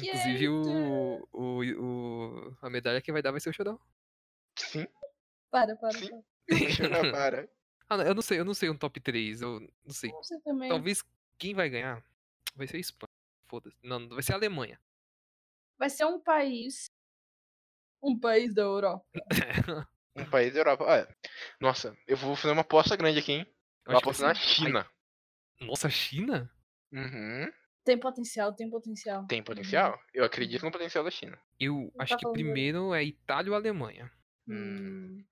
[SPEAKER 1] Inclusive, o, o, o- a medalha que vai dar vai ser o Xodão.
[SPEAKER 3] Sim,
[SPEAKER 4] Para, para,
[SPEAKER 3] Sim.
[SPEAKER 4] para.
[SPEAKER 3] deixa eu ver, para.
[SPEAKER 1] Ah, não, eu não sei, eu não sei um top 3, eu não sei.
[SPEAKER 4] Você também.
[SPEAKER 1] Talvez quem vai ganhar vai ser a Espanha. Foda-se. Não, vai ser a Alemanha.
[SPEAKER 4] Vai ser um país. Um país da Europa.
[SPEAKER 3] Um país da Europa. Olha, nossa, eu vou fazer uma aposta grande aqui, hein?
[SPEAKER 1] Eu acho que
[SPEAKER 3] Uma
[SPEAKER 1] vai
[SPEAKER 3] aposta na
[SPEAKER 1] ser-
[SPEAKER 3] China.
[SPEAKER 1] Ai, Nossa, a China?
[SPEAKER 3] Uhum.
[SPEAKER 4] Tem potencial, tem potencial.
[SPEAKER 3] Tem potencial? Eu acredito no potencial da China.
[SPEAKER 1] Eu
[SPEAKER 4] Tá
[SPEAKER 1] acho que
[SPEAKER 4] falando.
[SPEAKER 1] primeiro é Itália ou Alemanha.
[SPEAKER 4] Hum.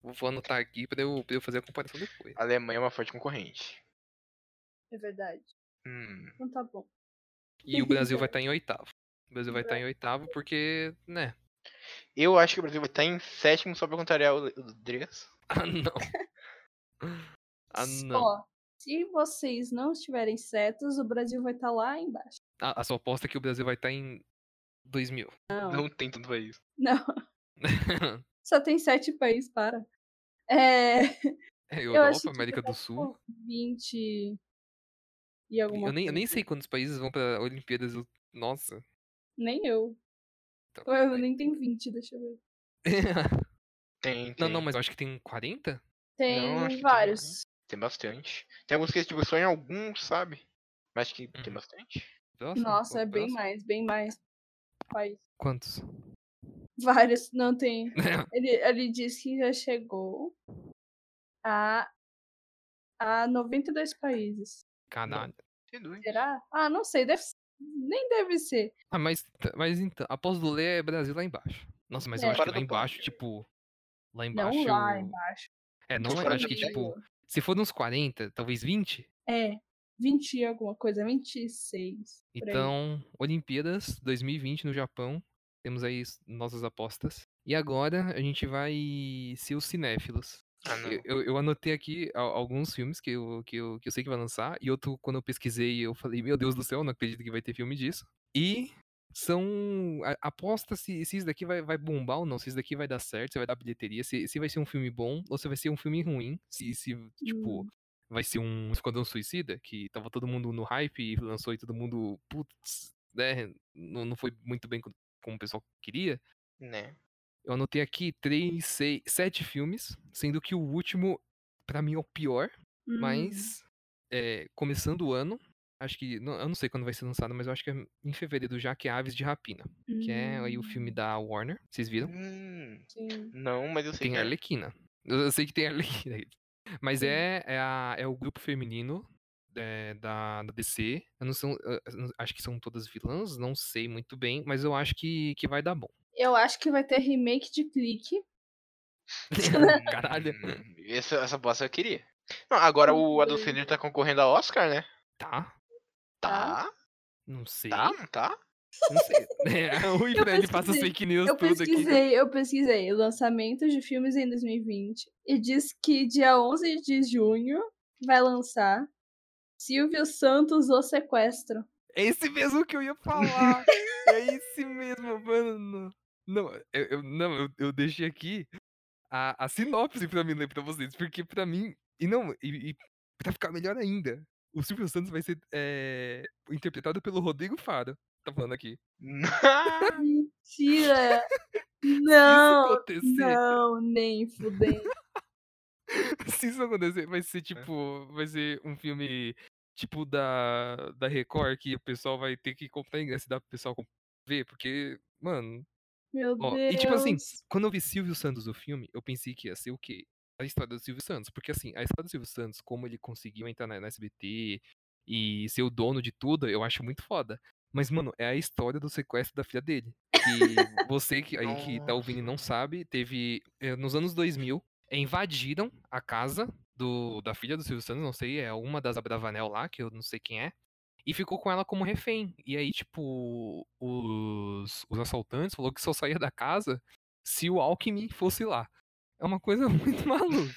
[SPEAKER 1] Vou- Vou anotar aqui pra eu, pra eu fazer a comparação depois.
[SPEAKER 3] A Alemanha é uma forte concorrente.
[SPEAKER 4] É verdade.
[SPEAKER 3] Hum.
[SPEAKER 4] Então tá bom.
[SPEAKER 1] E o Brasil vai estar em oitavo. O Brasil vai estar em oitavo porque, né?
[SPEAKER 3] Eu acho que o Brasil vai estar em sétimo só pra contrariar o, o Dres.
[SPEAKER 1] Ah, não. Ah, não.
[SPEAKER 4] Só. Se vocês não estiverem certos, o Brasil vai estar lá embaixo.
[SPEAKER 1] A, a sua aposta é que o Brasil vai estar em 2000.
[SPEAKER 4] Não.
[SPEAKER 3] Não tem tanto país.
[SPEAKER 4] Não. Só tem sete países, para. É,
[SPEAKER 1] É,
[SPEAKER 4] eu acho que
[SPEAKER 1] Europa, América do Sul.
[SPEAKER 4] 20 e alguma
[SPEAKER 1] Eu nem, eu nem
[SPEAKER 4] coisa.
[SPEAKER 1] sei quantos países vão pra Olimpíadas. do- Nossa.
[SPEAKER 4] Nem eu.
[SPEAKER 1] Então,
[SPEAKER 4] Ou Eu nem tenho 20, deixa eu ver.
[SPEAKER 3] Tem, tem.
[SPEAKER 1] não, não, mas eu acho que tem 40?
[SPEAKER 3] acho que
[SPEAKER 4] Tem
[SPEAKER 3] tem
[SPEAKER 4] vários.
[SPEAKER 3] Tem bastante. Tem alguns que, tipo, só em alguns, sabe? Mas que tem
[SPEAKER 1] Uhum.
[SPEAKER 3] bastante.
[SPEAKER 1] Nossa,
[SPEAKER 4] Nossa,
[SPEAKER 1] o
[SPEAKER 4] é bem
[SPEAKER 1] próximo-
[SPEAKER 4] mais, bem mais. Vai.
[SPEAKER 1] Quantos?
[SPEAKER 4] Vários, não tem. Ele, ele diz que já chegou a, a 92 países.
[SPEAKER 1] Caralho.
[SPEAKER 3] Tem dois.
[SPEAKER 1] É.
[SPEAKER 4] Será? Ah, não sei, deve ser- nem deve ser.
[SPEAKER 1] Ah, mas, mas então, após do Lê é Brasil lá embaixo. Nossa, mas
[SPEAKER 4] É.
[SPEAKER 1] eu acho que
[SPEAKER 3] Fora
[SPEAKER 1] lá
[SPEAKER 3] do
[SPEAKER 1] embaixo,
[SPEAKER 3] pódio.
[SPEAKER 1] tipo. Lá
[SPEAKER 4] Não um
[SPEAKER 1] embaixo.
[SPEAKER 4] lá embaixo.
[SPEAKER 1] É, não lá
[SPEAKER 3] Fora
[SPEAKER 1] embaixo,
[SPEAKER 3] do
[SPEAKER 1] um, que
[SPEAKER 3] pódio.
[SPEAKER 1] tipo. Se for uns 40, talvez 20.
[SPEAKER 4] É, 20 e alguma coisa, 26. por aí.
[SPEAKER 1] Então, Olimpíadas 2020 no Japão. Temos aí s- nossas apostas. E agora a gente vai ser os cinéfilos.
[SPEAKER 3] Ah, não.
[SPEAKER 1] Eu, eu- eu anotei aqui a- alguns filmes que eu, que, eu, que eu sei que vai lançar. E outro, quando eu pesquisei, eu falei, meu Deus do céu, não acredito que vai ter filme disso. E são. a- Aposta se, se isso daqui vai, vai bombar ou não, se isso daqui vai dar certo, se vai dar bilheteria, se, se vai ser um filme bom ou se vai ser um filme ruim. Se, se tipo,
[SPEAKER 4] Hum.
[SPEAKER 1] vai ser um Esquadrão Suicida, que tava todo mundo no hype e lançou e todo mundo, putz, né, não, não foi muito bem co- como o pessoal queria.
[SPEAKER 3] Né?
[SPEAKER 1] Eu anotei aqui três, seis, sete filmes, sendo que o último, pra mim, é o pior,
[SPEAKER 4] Hum.
[SPEAKER 1] mas é, começando o ano, acho que, não- eu não sei quando vai ser lançado, mas eu acho que é em fevereiro já, que é Aves de Rapina,
[SPEAKER 4] Uhum,
[SPEAKER 1] que é
[SPEAKER 4] Hum.
[SPEAKER 1] aí o filme da Warner, vocês viram?
[SPEAKER 3] Hum,
[SPEAKER 4] Sim.
[SPEAKER 3] não, mas eu sei
[SPEAKER 1] Tem
[SPEAKER 3] que
[SPEAKER 1] a
[SPEAKER 3] é.
[SPEAKER 1] Arlequina. Eu eu sei que tem a Arlequina. aí. Mas
[SPEAKER 4] Sim.
[SPEAKER 1] é, é, a- é o grupo feminino é, da, da DC. Eu não são, eu- eu não- acho que são todas vilãs, não sei muito bem, mas eu acho que, que vai dar bom.
[SPEAKER 4] Eu acho que vai ter remake de clique.
[SPEAKER 1] Caralho.
[SPEAKER 3] Hum, Essa, essa bosta eu queria. Não, agora
[SPEAKER 1] Uhum.
[SPEAKER 3] o Adolf Hitler tá concorrendo a Oscar, né?
[SPEAKER 1] Tá?
[SPEAKER 3] Tá,
[SPEAKER 4] Tá.
[SPEAKER 1] Não sei.
[SPEAKER 3] tá, não tá?
[SPEAKER 1] Não sei. É, o
[SPEAKER 4] Eu
[SPEAKER 1] Fred passa as
[SPEAKER 4] pesquisei,
[SPEAKER 1] fake news
[SPEAKER 4] Eu
[SPEAKER 1] tudo aqui.
[SPEAKER 4] pesquisei, eu pesquisei lançamentos de filmes em 2020 e diz que dia 11 de junho vai lançar Silvio Santos O Sequestro.
[SPEAKER 1] É esse mesmo que eu ia falar. é esse mesmo, mano. Não, eu, eu- não, eu, eu deixei aqui a, a sinopse pra mim ler pra vocês, porque pra mim. E não, e, e pra ficar melhor ainda, o Silvio Santos vai ser eh, interpretado pelo Rodrigo Faro. Tá falando aqui.
[SPEAKER 3] tá?
[SPEAKER 4] Ah, Mentira!
[SPEAKER 1] Se isso
[SPEAKER 4] Não!
[SPEAKER 1] acontecer,
[SPEAKER 4] Não, nem fudendo.
[SPEAKER 1] se isso acontecer, vai ser tipo. Vai ser um filme tipo da, da Record que o pessoal vai ter que comprar ingresso e dar pro pessoal comp- ver, porque, mano.
[SPEAKER 4] Meu
[SPEAKER 1] Ó,
[SPEAKER 4] Deus.
[SPEAKER 1] e tipo assim, quando eu vi Silvio Santos no filme, eu pensei que ia ser o quê? A história do Silvio Santos. Porque assim, a história do Silvio Santos, como ele conseguiu entrar na, na SBT e ser o dono de tudo, eu acho muito foda. Mas, mano, é a história do sequestro da filha dele. Que você que, aí que tá ouvindo e não sabe, teve. eh, Nos anos 2000, eh, invadiram a casa do, da filha do Silvio Santos, não sei, é uma das Abravanel lá, que eu não sei quem é e ficou com ela como refém. E aí, tipo, os, os assaltantes falou que só saía da casa se o Alckmin fosse lá. É uma coisa muito maluca.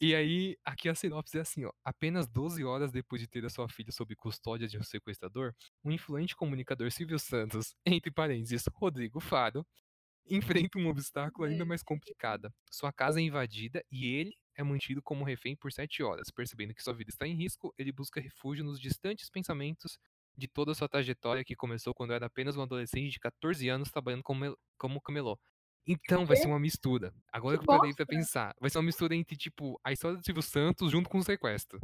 [SPEAKER 1] E aí, aqui a sinopse é assim, ó. Apenas 12 horas depois de ter a sua filha sob custódia de um sequestrador, o influente comunicador Silvio Santos, entre parênteses, Rodrigo Faro, enfrenta um obstáculo ainda mais complicado. Sua casa é invadida e ele é mantido como refém por 7 horas. Percebendo que sua vida está em risco, ele busca refúgio nos distantes pensamentos de toda sua trajetória que começou quando era apenas um adolescente de 14 anos trabalhando como, como camelô. Então vai ser uma mistura. Agora que,
[SPEAKER 4] Que
[SPEAKER 1] eu parei pra pensar, vai ser uma mistura entre, tipo, a história do Silvio Santos junto com o sequestro.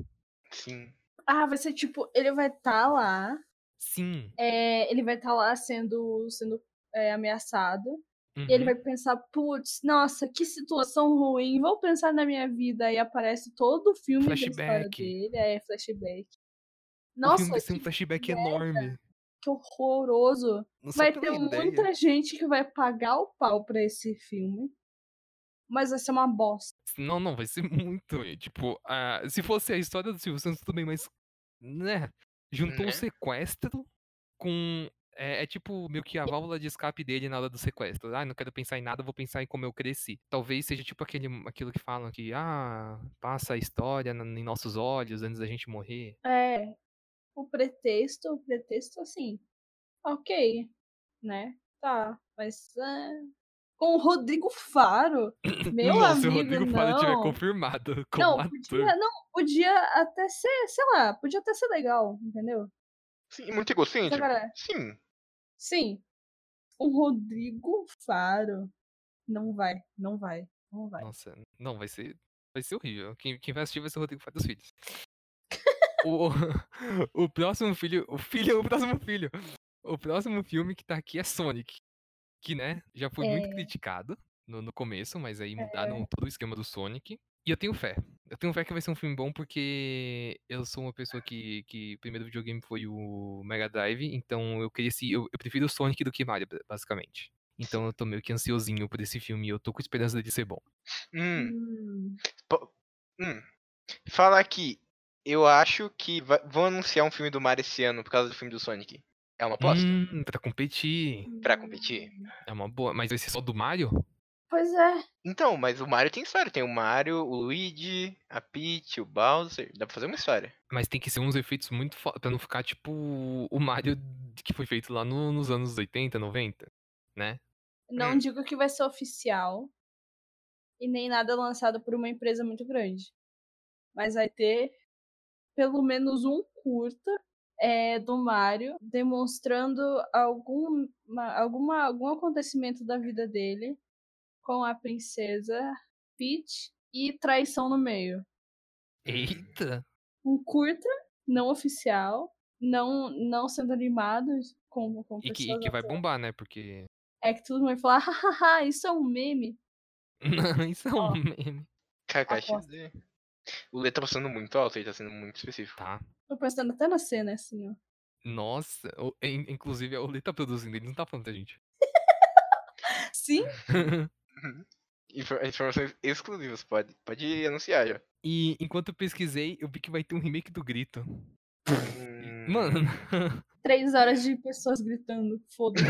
[SPEAKER 3] Sim.
[SPEAKER 4] Ah, vai ser tipo, ele vai estar lá.
[SPEAKER 1] Sim.
[SPEAKER 4] é, ele vai estar lá sendo, sendo é, ameaçado. E ele
[SPEAKER 1] uhum.
[SPEAKER 4] vai pensar, putz, nossa, que situação ruim, vou pensar na minha vida. E aparece todo o filme da história
[SPEAKER 1] Flashback.
[SPEAKER 4] dele. É, flashback.
[SPEAKER 1] O filme
[SPEAKER 4] Nossa,
[SPEAKER 1] vai ser um
[SPEAKER 4] que,
[SPEAKER 1] flashback enorme.
[SPEAKER 4] que horroroso.
[SPEAKER 1] Não
[SPEAKER 4] vai ter muita gente que vai pagar o pau pra esse filme. Mas vai ser uma bosta.
[SPEAKER 1] Não, não, vai ser muito. e, Tipo, ah, se fosse a história do Silvio Santos, tudo bem, mas. Né? Juntou um
[SPEAKER 3] Né?
[SPEAKER 1] sequestro com É, é tipo meio que a válvula de escape dele na hora do sequestro. Ah, não quero pensar em nada, vou pensar em como eu cresci. Talvez seja tipo aquele, aquilo que falam que, ah, passa a história na- em nossos olhos antes da gente morrer.
[SPEAKER 4] É. O pretexto, o pretexto assim. Ok, né? Tá, mas é, com o Rodrigo Faro, meu
[SPEAKER 1] Nossa, se
[SPEAKER 4] amigo,
[SPEAKER 1] o Rodrigo
[SPEAKER 4] não.
[SPEAKER 1] Faro tiver é confirmado como
[SPEAKER 4] não,
[SPEAKER 1] ator.
[SPEAKER 4] podia, não, podia até ser, sei lá, podia até ser legal, entendeu?
[SPEAKER 3] Sim, muito egocêntrico.
[SPEAKER 4] Agora,
[SPEAKER 3] Sim.
[SPEAKER 4] sim, o Rodrigo Faro não vai, não vai, não vai.
[SPEAKER 1] Nossa, não, vai ser, vai ser horrível. Quem, quem vai assistir vai ser o Rodrigo Faro dos Filhos. o, o próximo filho, o filho, o próximo filho. O próximo filme que tá aqui é Sonic, que, né, já foi muito criticado no, no começo, mas aí mudaram todo o esquema do Sonic. E eu tenho fé. Eu tenho fé que vai ser um filme bom porque eu sou uma pessoa que, que o primeiro videogame foi o Mega Drive, então eu cresci, eu, eu prefiro o Sonic do que Mario, ba- basicamente. Então eu tô meio que ansiosinho por esse filme e eu tô com esperança de ser bom.
[SPEAKER 3] Hum,
[SPEAKER 4] Hum,
[SPEAKER 3] hum. Fala aqui. Eu acho que va- vão anunciar um filme do Mario esse ano por causa do filme do Sonic. É uma aposta?
[SPEAKER 1] Hum, pra competir.
[SPEAKER 3] Pra competir?
[SPEAKER 1] É uma boa. Mas vai ser só do Mario?
[SPEAKER 4] Pois é,
[SPEAKER 3] Então, mas o Mario tem história. Tem o Mario, o Luigi, a Peach, o Bowser. Dá pra fazer uma história.
[SPEAKER 1] Mas tem que ser uns efeitos muito foda. Pra não ficar tipo o Mario que foi feito lá no- nos anos 80, 90.
[SPEAKER 4] não
[SPEAKER 1] É.
[SPEAKER 3] Hum.
[SPEAKER 4] digo que vai ser oficial e nem nada lançado por uma empresa muito grande. Mas vai ter pelo menos um curta é, do Mario demonstrando algum, alguma, algum acontecimento da vida dele com a princesa Peach e traição no meio.
[SPEAKER 1] Eita!
[SPEAKER 4] Um curta não oficial, não, não sendo animado com, com
[SPEAKER 1] E que, e
[SPEAKER 4] pessoas
[SPEAKER 1] que vai
[SPEAKER 4] atuais.
[SPEAKER 1] bombar, né? Porque.
[SPEAKER 4] É que todo mundo vai falar, hahaha, isso é um meme.
[SPEAKER 1] Isso é um
[SPEAKER 4] Ó.
[SPEAKER 1] meme.
[SPEAKER 3] KKXD. O Lê tá passando muito alto, ele tá sendo muito específico.
[SPEAKER 1] Tá.
[SPEAKER 4] Tô pensando até na cena, assim, ó.
[SPEAKER 1] Nossa, o- in- inclusive a Olê tá produzindo, ele não tá falando da gente.
[SPEAKER 4] Sim,
[SPEAKER 3] Infor- Informações exclusivas, pode, pode anunciar já.
[SPEAKER 1] e enquanto eu pesquisei, eu vi que vai ter um remake do Grito.
[SPEAKER 3] Hum,
[SPEAKER 1] Mano.
[SPEAKER 4] três horas de pessoas gritando, foda-se.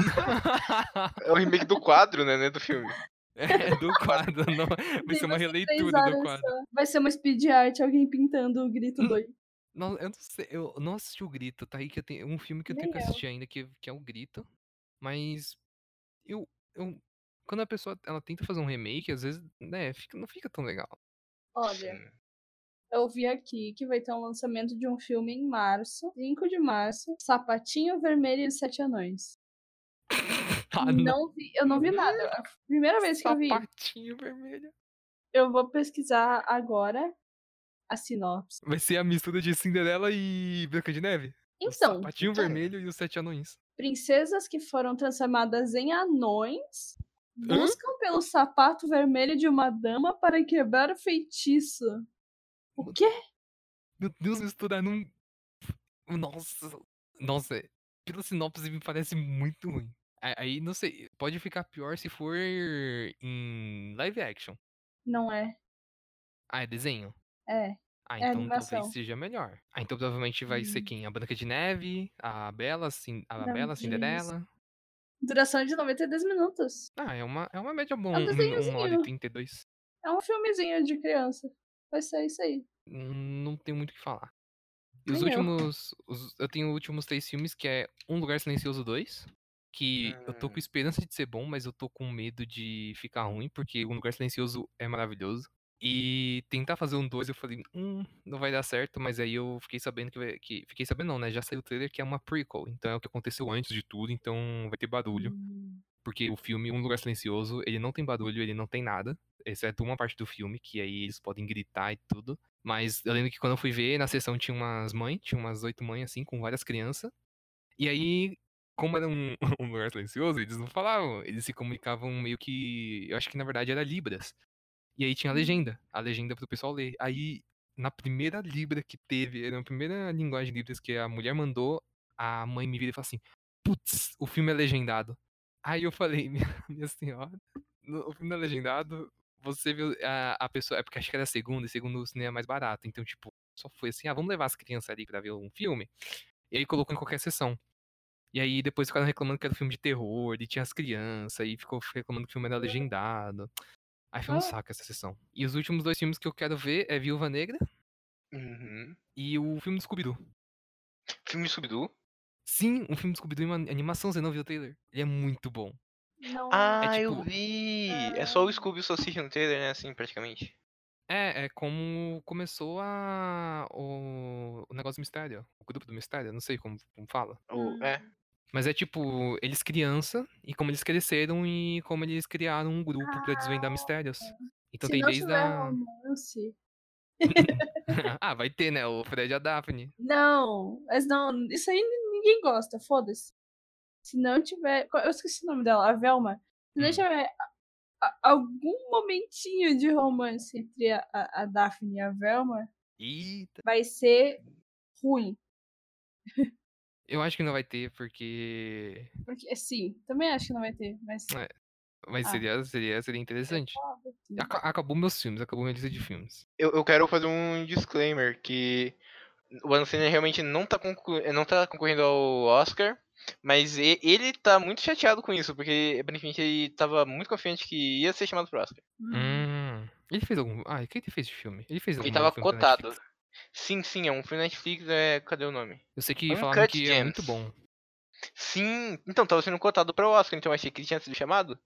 [SPEAKER 3] É o remake do quadro, né? né, Do filme.
[SPEAKER 1] é do quadro, não. Vai ser uma
[SPEAKER 4] Vai ser três
[SPEAKER 1] releitura do
[SPEAKER 4] horas
[SPEAKER 1] quadro.
[SPEAKER 4] só. Vai ser uma speed art, alguém pintando o grito do
[SPEAKER 1] Não, eu não sei, eu não assisti o Grito, tá aí que eu tenho um filme que eu tenho
[SPEAKER 4] Nem
[SPEAKER 1] que
[SPEAKER 4] eu.
[SPEAKER 1] assistir ainda, que, que é o Grito. Mas eu, eu quando a pessoa ela tenta fazer um remake, às vezes, né, fica- não fica tão legal.
[SPEAKER 4] Olha,
[SPEAKER 3] Sim.
[SPEAKER 4] eu vi aqui que vai ter um lançamento de um filme em março, 5 de março, Sapatinho Vermelho e os Sete Anões.
[SPEAKER 1] Ah,
[SPEAKER 4] não vi, eu não vi nada. A primeira vez que eu vi,
[SPEAKER 1] Sapatinho vermelho.
[SPEAKER 4] eu vou pesquisar agora a sinopse.
[SPEAKER 1] Vai ser a mistura de Cinderela e Branca de Neve? O
[SPEAKER 4] Então,
[SPEAKER 1] Sapatinho
[SPEAKER 3] então.
[SPEAKER 1] vermelho e os sete anões.
[SPEAKER 4] princesas que foram transformadas em anões buscam pelo sapato vermelho de uma dama para quebrar o feitiço. O quê?
[SPEAKER 1] Meu Deus, misturar num. Nossa. Nossa, é, pela sinopse me parece muito ruim. A- Aí, não sei, pode ficar pior se for em live action.
[SPEAKER 4] Não é.
[SPEAKER 1] Ah, é desenho?
[SPEAKER 4] É.
[SPEAKER 1] Ah,
[SPEAKER 4] É
[SPEAKER 1] então
[SPEAKER 4] animação.
[SPEAKER 1] talvez seja melhor. Ah, então provavelmente vai ser
[SPEAKER 4] Hum.
[SPEAKER 1] quem? A Branca de Neve, a Bela, Cin- a
[SPEAKER 4] Não
[SPEAKER 1] Bela
[SPEAKER 4] diz.
[SPEAKER 1] Cinderela.
[SPEAKER 4] Duração de 92 minutos.
[SPEAKER 1] Ah, é uma, é uma média boa. um-
[SPEAKER 4] um
[SPEAKER 1] um- uma hora e
[SPEAKER 4] desenhozinho.
[SPEAKER 1] 32.
[SPEAKER 4] É um filmezinho de criança. Vai ser isso aí.
[SPEAKER 1] Hum, Não tem muito o que falar. E os
[SPEAKER 4] Nem eu.
[SPEAKER 1] últimos. os- eu tenho os últimos três filmes, que é Um Lugar Silencioso 2. Que eu tô com
[SPEAKER 3] Hum.
[SPEAKER 1] esperança de ser bom, mas eu tô com medo de ficar ruim, porque Um Lugar Silencioso é maravilhoso. E tentar fazer um 2, eu falei, hum, não vai dar certo, mas aí eu fiquei sabendo que, vai- que. Fiquei sabendo não, né? Já saiu o trailer que é uma prequel. Então é o que aconteceu antes de tudo, então vai ter barulho. Porque o filme Um Lugar Silencioso, ele não tem barulho, ele não tem nada. Exceto uma parte do filme, que aí eles podem gritar e tudo. Mas eu lembro que quando eu fui ver, na sessão tinha umas mães, tinha umas oito mães, assim, com várias crianças. E aí, como era um, um lugar silencioso, eles não falavam. Eles se comunicavam meio que. Eu acho que na verdade era Libras. E aí tinha a
[SPEAKER 4] Hum.
[SPEAKER 1] legenda. A legenda pro pessoal ler. Aí, na primeira Libra que teve, era a primeira linguagem Libras que a mulher mandou, a mãe me vira e fala assim: Putz, o filme é legendado. Aí eu falei, minha, minha senhora, no, o filme é legendado, você viu a, a pessoa. É porque acho que era segunda, e segundo o cinema é mais barato. Então, tipo, só foi assim, ah, vamos levar as crianças ali pra ver um filme. E aí colocou em qualquer sessão. E aí depois ficaram reclamando que era filme de terror, e tinha as crianças, e ficou reclamando que o filme era legendado. Aí foi um
[SPEAKER 4] Ah.
[SPEAKER 1] saco essa sessão. E os últimos dois filmes que eu quero ver é Viúva Negra
[SPEAKER 3] Uhum.
[SPEAKER 1] e o filme do Scooby-Doo.
[SPEAKER 3] Filme de Scooby-Doo.
[SPEAKER 1] Sim, um filme do Scooby-Doo em uma animação, você não viu o trailer? Ele é muito bom.
[SPEAKER 4] Não.
[SPEAKER 3] Ah,
[SPEAKER 1] É
[SPEAKER 3] eu
[SPEAKER 1] tipo-
[SPEAKER 3] vi! É só o Scooby e o Salsicha no trailer, né? Assim, praticamente.
[SPEAKER 1] É, é como começou a... o... o negócio do mistério, o grupo do mistério, não sei como, como fala.
[SPEAKER 3] O- é.
[SPEAKER 1] Mas é tipo, eles criança, e como eles cresceram e como eles criaram um grupo pra desvendar mistérios. Então
[SPEAKER 4] Ah, Se
[SPEAKER 1] tem
[SPEAKER 4] não
[SPEAKER 1] desde
[SPEAKER 4] tiver um.
[SPEAKER 1] a.
[SPEAKER 4] romance.
[SPEAKER 1] ah, vai ter, né? O Fred e a Daphne.
[SPEAKER 4] Não, mas não, isso aí ninguém gosta, foda-se. Se não tiver. qual- Eu esqueci o nome dela, a Velma. Se não
[SPEAKER 1] Hum.
[SPEAKER 4] tiver a- a- algum momentinho de romance entre a, a, a Daphne e a Velma,
[SPEAKER 1] Eita.
[SPEAKER 4] vai ser ruim.
[SPEAKER 1] Eu acho que não vai ter, porque.
[SPEAKER 4] Porque, assim, também acho que não vai ter, mas.
[SPEAKER 1] É, Mas
[SPEAKER 4] Ah. É.
[SPEAKER 1] seria, seria, seria interessante.
[SPEAKER 4] foda-se.
[SPEAKER 1] Aca- Acabou meus filmes, acabou minha lista de filmes.
[SPEAKER 3] Eu, eu quero fazer um disclaimer que o Adam Sandler realmente não tá, conclu- eh, não tá concorrendo ao Oscar, mas e- ele tá muito chateado com isso, porque aparentemente ele tava muito confiante que ia ser chamado pro Oscar.
[SPEAKER 4] Hum.
[SPEAKER 1] Hum. Ele fez algum. Ah, quem ele fez de filme? Ele fez algum
[SPEAKER 3] Ele tava
[SPEAKER 1] filme pra
[SPEAKER 3] cotado.
[SPEAKER 1] Netflix?
[SPEAKER 3] Sim, sim, é um filme Netflix, é... cadê o nome?
[SPEAKER 1] Eu sei que
[SPEAKER 3] Uncut
[SPEAKER 1] falaram que é muito
[SPEAKER 3] Gems.
[SPEAKER 1] bom.
[SPEAKER 3] Sim, então tava sendo cotado pro Oscar, então eu achei que ele tinha sido chamado,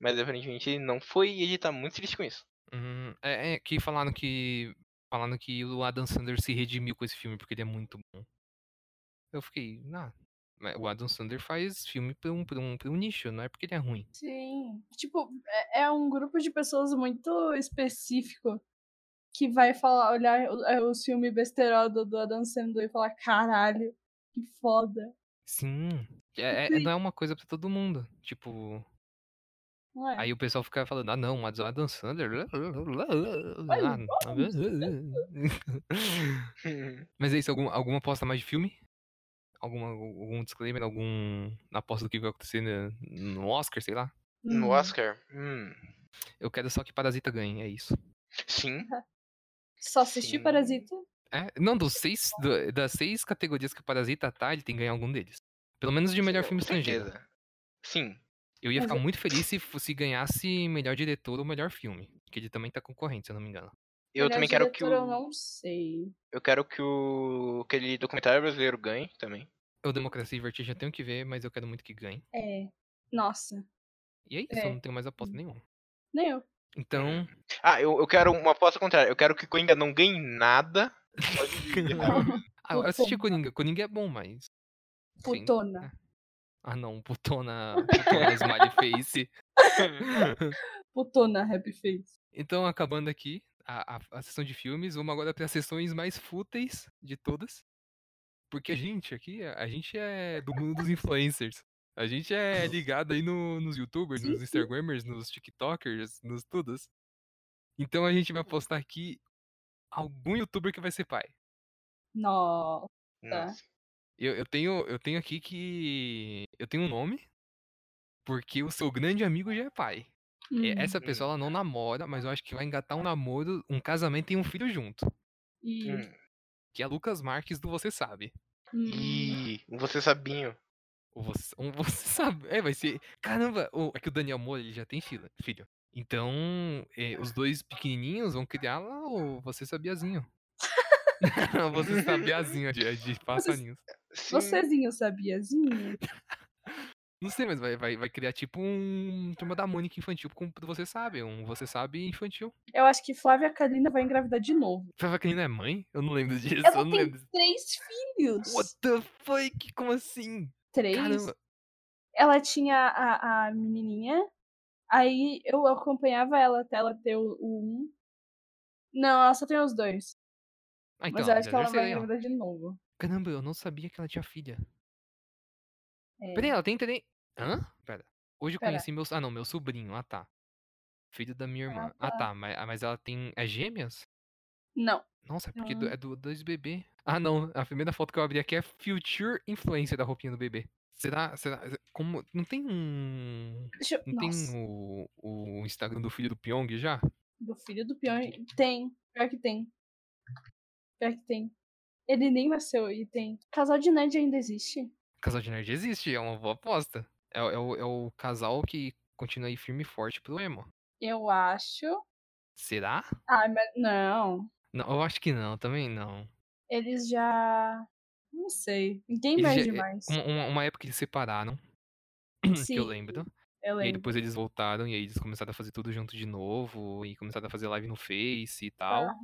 [SPEAKER 3] mas aparentemente ele não foi e ele tá muito triste com isso.
[SPEAKER 1] Hum, é, é, que falaram que. Falaram que o Adam Sandler se redimiu com esse filme, porque ele é muito bom. Eu fiquei, ah, mas o Adam Sandler faz filme pra um, pra um, pra um nicho, não é porque ele é ruim.
[SPEAKER 4] Sim. Tipo, é, é um grupo de pessoas muito específico que vai falar, olhar o, é, os filmes besterol do, do Adam Sandler e falar, caralho, que foda.
[SPEAKER 1] Sim. É, é- não é uma coisa pra todo mundo. Tipo,
[SPEAKER 4] Não é?
[SPEAKER 1] aí o pessoal fica falando, ah não, mas o Adam Sandler. ah,
[SPEAKER 4] Olha, Hum.
[SPEAKER 1] Mas é isso, algum, alguma aposta mais de filme? Alguma, algum disclaimer, algum aposta do que vai acontecer no, no Oscar, sei lá?
[SPEAKER 3] no
[SPEAKER 4] Hum.
[SPEAKER 3] Oscar? Hum,
[SPEAKER 1] Eu quero só que Parasita ganhe, é isso.
[SPEAKER 3] sim.
[SPEAKER 4] Só assistir
[SPEAKER 3] Sim.
[SPEAKER 4] Parasita?
[SPEAKER 1] É, não, dos seis, do- das seis categorias que o Parasita tá, ele tem que ganhar algum deles. Pelo menos de melhor
[SPEAKER 3] com
[SPEAKER 1] filme estrangeiro.
[SPEAKER 3] certeza. Sim.
[SPEAKER 1] Eu ia
[SPEAKER 4] Mas
[SPEAKER 1] ficar
[SPEAKER 4] eu-
[SPEAKER 1] muito feliz se, fosse- ganhasse melhor diretor ou melhor filme. Que ele também tá concorrente, se eu não me engano.
[SPEAKER 3] Eu
[SPEAKER 4] Melhor
[SPEAKER 3] também quero que o.
[SPEAKER 4] diretor é Eu não sei.
[SPEAKER 3] Eu quero que o aquele documentário brasileiro ganhe também.
[SPEAKER 1] Eu, Democracia e Vertigem, eu tenho que ver, mas eu quero muito que ganhe.
[SPEAKER 4] É. Nossa.
[SPEAKER 1] E é isso,
[SPEAKER 4] É.
[SPEAKER 1] eu não tenho mais aposta nenhuma.
[SPEAKER 4] Nem eu.
[SPEAKER 1] Então,
[SPEAKER 3] Ah, eu, eu quero uma aposta contrária. Eu quero que Coringa não ganhe nada.
[SPEAKER 1] ah, eu assisti Coringa. Coringa é bom, mas... assim,
[SPEAKER 4] Putona.
[SPEAKER 1] Ah não, putona, putona um smiley face.
[SPEAKER 4] Putona, Happy Face.
[SPEAKER 1] Então, acabando aqui a, a- a sessão de filmes, vamos agora para as sessões mais fúteis de todas. Porque a gente aqui, a a gente é do mundo dos influencers. A gente é ligado aí no- nos youtubers,
[SPEAKER 4] Sim,
[SPEAKER 1] nos
[SPEAKER 4] sim.
[SPEAKER 1] instagramers, nos tiktokers, nos todos. Então a gente vai
[SPEAKER 4] Uhum.
[SPEAKER 1] postar aqui algum youtuber que vai ser pai.
[SPEAKER 4] Nossa.
[SPEAKER 3] Nossa.
[SPEAKER 1] Eu, eu tenho, eu tenho aqui que... Eu tenho um nome, porque o seu grande amigo já é pai. E Essa
[SPEAKER 4] Hum.
[SPEAKER 1] pessoa ela não namora, mas eu acho que vai engatar um namoro, um casamento e um filho junto.
[SPEAKER 4] E,
[SPEAKER 3] Hum.
[SPEAKER 1] Que é Lucas Marques do Você Sabe.
[SPEAKER 4] hum,
[SPEAKER 3] Ih, você sabinho.
[SPEAKER 1] O você, um você sabe. É, vai ser. Caramba! o- é que o Daniel Moura ele já tem filho. filho. Então, é, os dois pequenininhos vão criar lá o Você Sabiazinho. você Sabiazinho de, de passarinhos.
[SPEAKER 3] Sim.
[SPEAKER 4] Vocêzinho sabiazinho?
[SPEAKER 1] Não sei, mas vai, vai, vai criar tipo um Turma da Mônica infantil com do Você Sabe. Um Você Sabe infantil.
[SPEAKER 4] Eu acho que Flávia Kalina vai engravidar de novo.
[SPEAKER 1] Vai que não é mãe? Eu não lembro disso.
[SPEAKER 4] Ela
[SPEAKER 1] eu não
[SPEAKER 4] tem
[SPEAKER 1] lembro. disso.
[SPEAKER 4] três filhos.
[SPEAKER 1] What the fuck? Como assim?
[SPEAKER 4] Três?
[SPEAKER 1] Caramba.
[SPEAKER 4] Ela tinha a, a menininha. Aí eu acompanhava ela até ela ter o, o um. Não, ela só tem os dois.
[SPEAKER 1] Ah, então,
[SPEAKER 4] mas eu acho que ela vai
[SPEAKER 1] terceira, hein, ó.
[SPEAKER 4] engravidar de novo.
[SPEAKER 1] Caramba, eu não sabia que ela tinha filha.
[SPEAKER 4] É.
[SPEAKER 1] Peraí, ela tem três. Hã? Pera. Hoje eu
[SPEAKER 4] Pera.
[SPEAKER 1] conheci meu. Ah, não, meu sobrinho. Ah, tá. Filho da minha irmã. Ah,
[SPEAKER 4] tá.
[SPEAKER 1] tá. Mas, ah, mas ela tem. É gêmeas?
[SPEAKER 4] Não.
[SPEAKER 1] Nossa, é porque do- é do dois bebê. Ah, não. A primeira foto que eu abri aqui é Future Influencer da roupinha do bebê. Será? Será? Como. Não tem um.
[SPEAKER 4] Deixa eu...
[SPEAKER 1] Não
[SPEAKER 4] Nossa,
[SPEAKER 1] tem o, o Instagram do filho do Pyong já?
[SPEAKER 4] do filho do pior. Tem. Pior que tem. Pior que tem. Ele nem nasceu e tem. Casal de Nerd ainda existe?
[SPEAKER 1] Casal de nerd existe, é uma boa aposta. É, o- é o, é o casal que continua aí firme e forte pro emo.
[SPEAKER 4] Eu acho.
[SPEAKER 1] Será?
[SPEAKER 4] Ai, mas não.
[SPEAKER 1] Não, eu acho que não, também não.
[SPEAKER 4] Eles já. Não sei. Ninguém
[SPEAKER 1] Eles já-
[SPEAKER 4] mede
[SPEAKER 1] é,
[SPEAKER 4] mais.
[SPEAKER 1] Uma, uma- uma época eles separaram, que eu
[SPEAKER 4] Sim,
[SPEAKER 1] lembro.
[SPEAKER 4] Eu
[SPEAKER 1] E aí
[SPEAKER 4] lembro.
[SPEAKER 1] depois eles voltaram e aí eles começaram a fazer tudo junto de novo e começaram a fazer live no Face e tal.
[SPEAKER 4] Tá.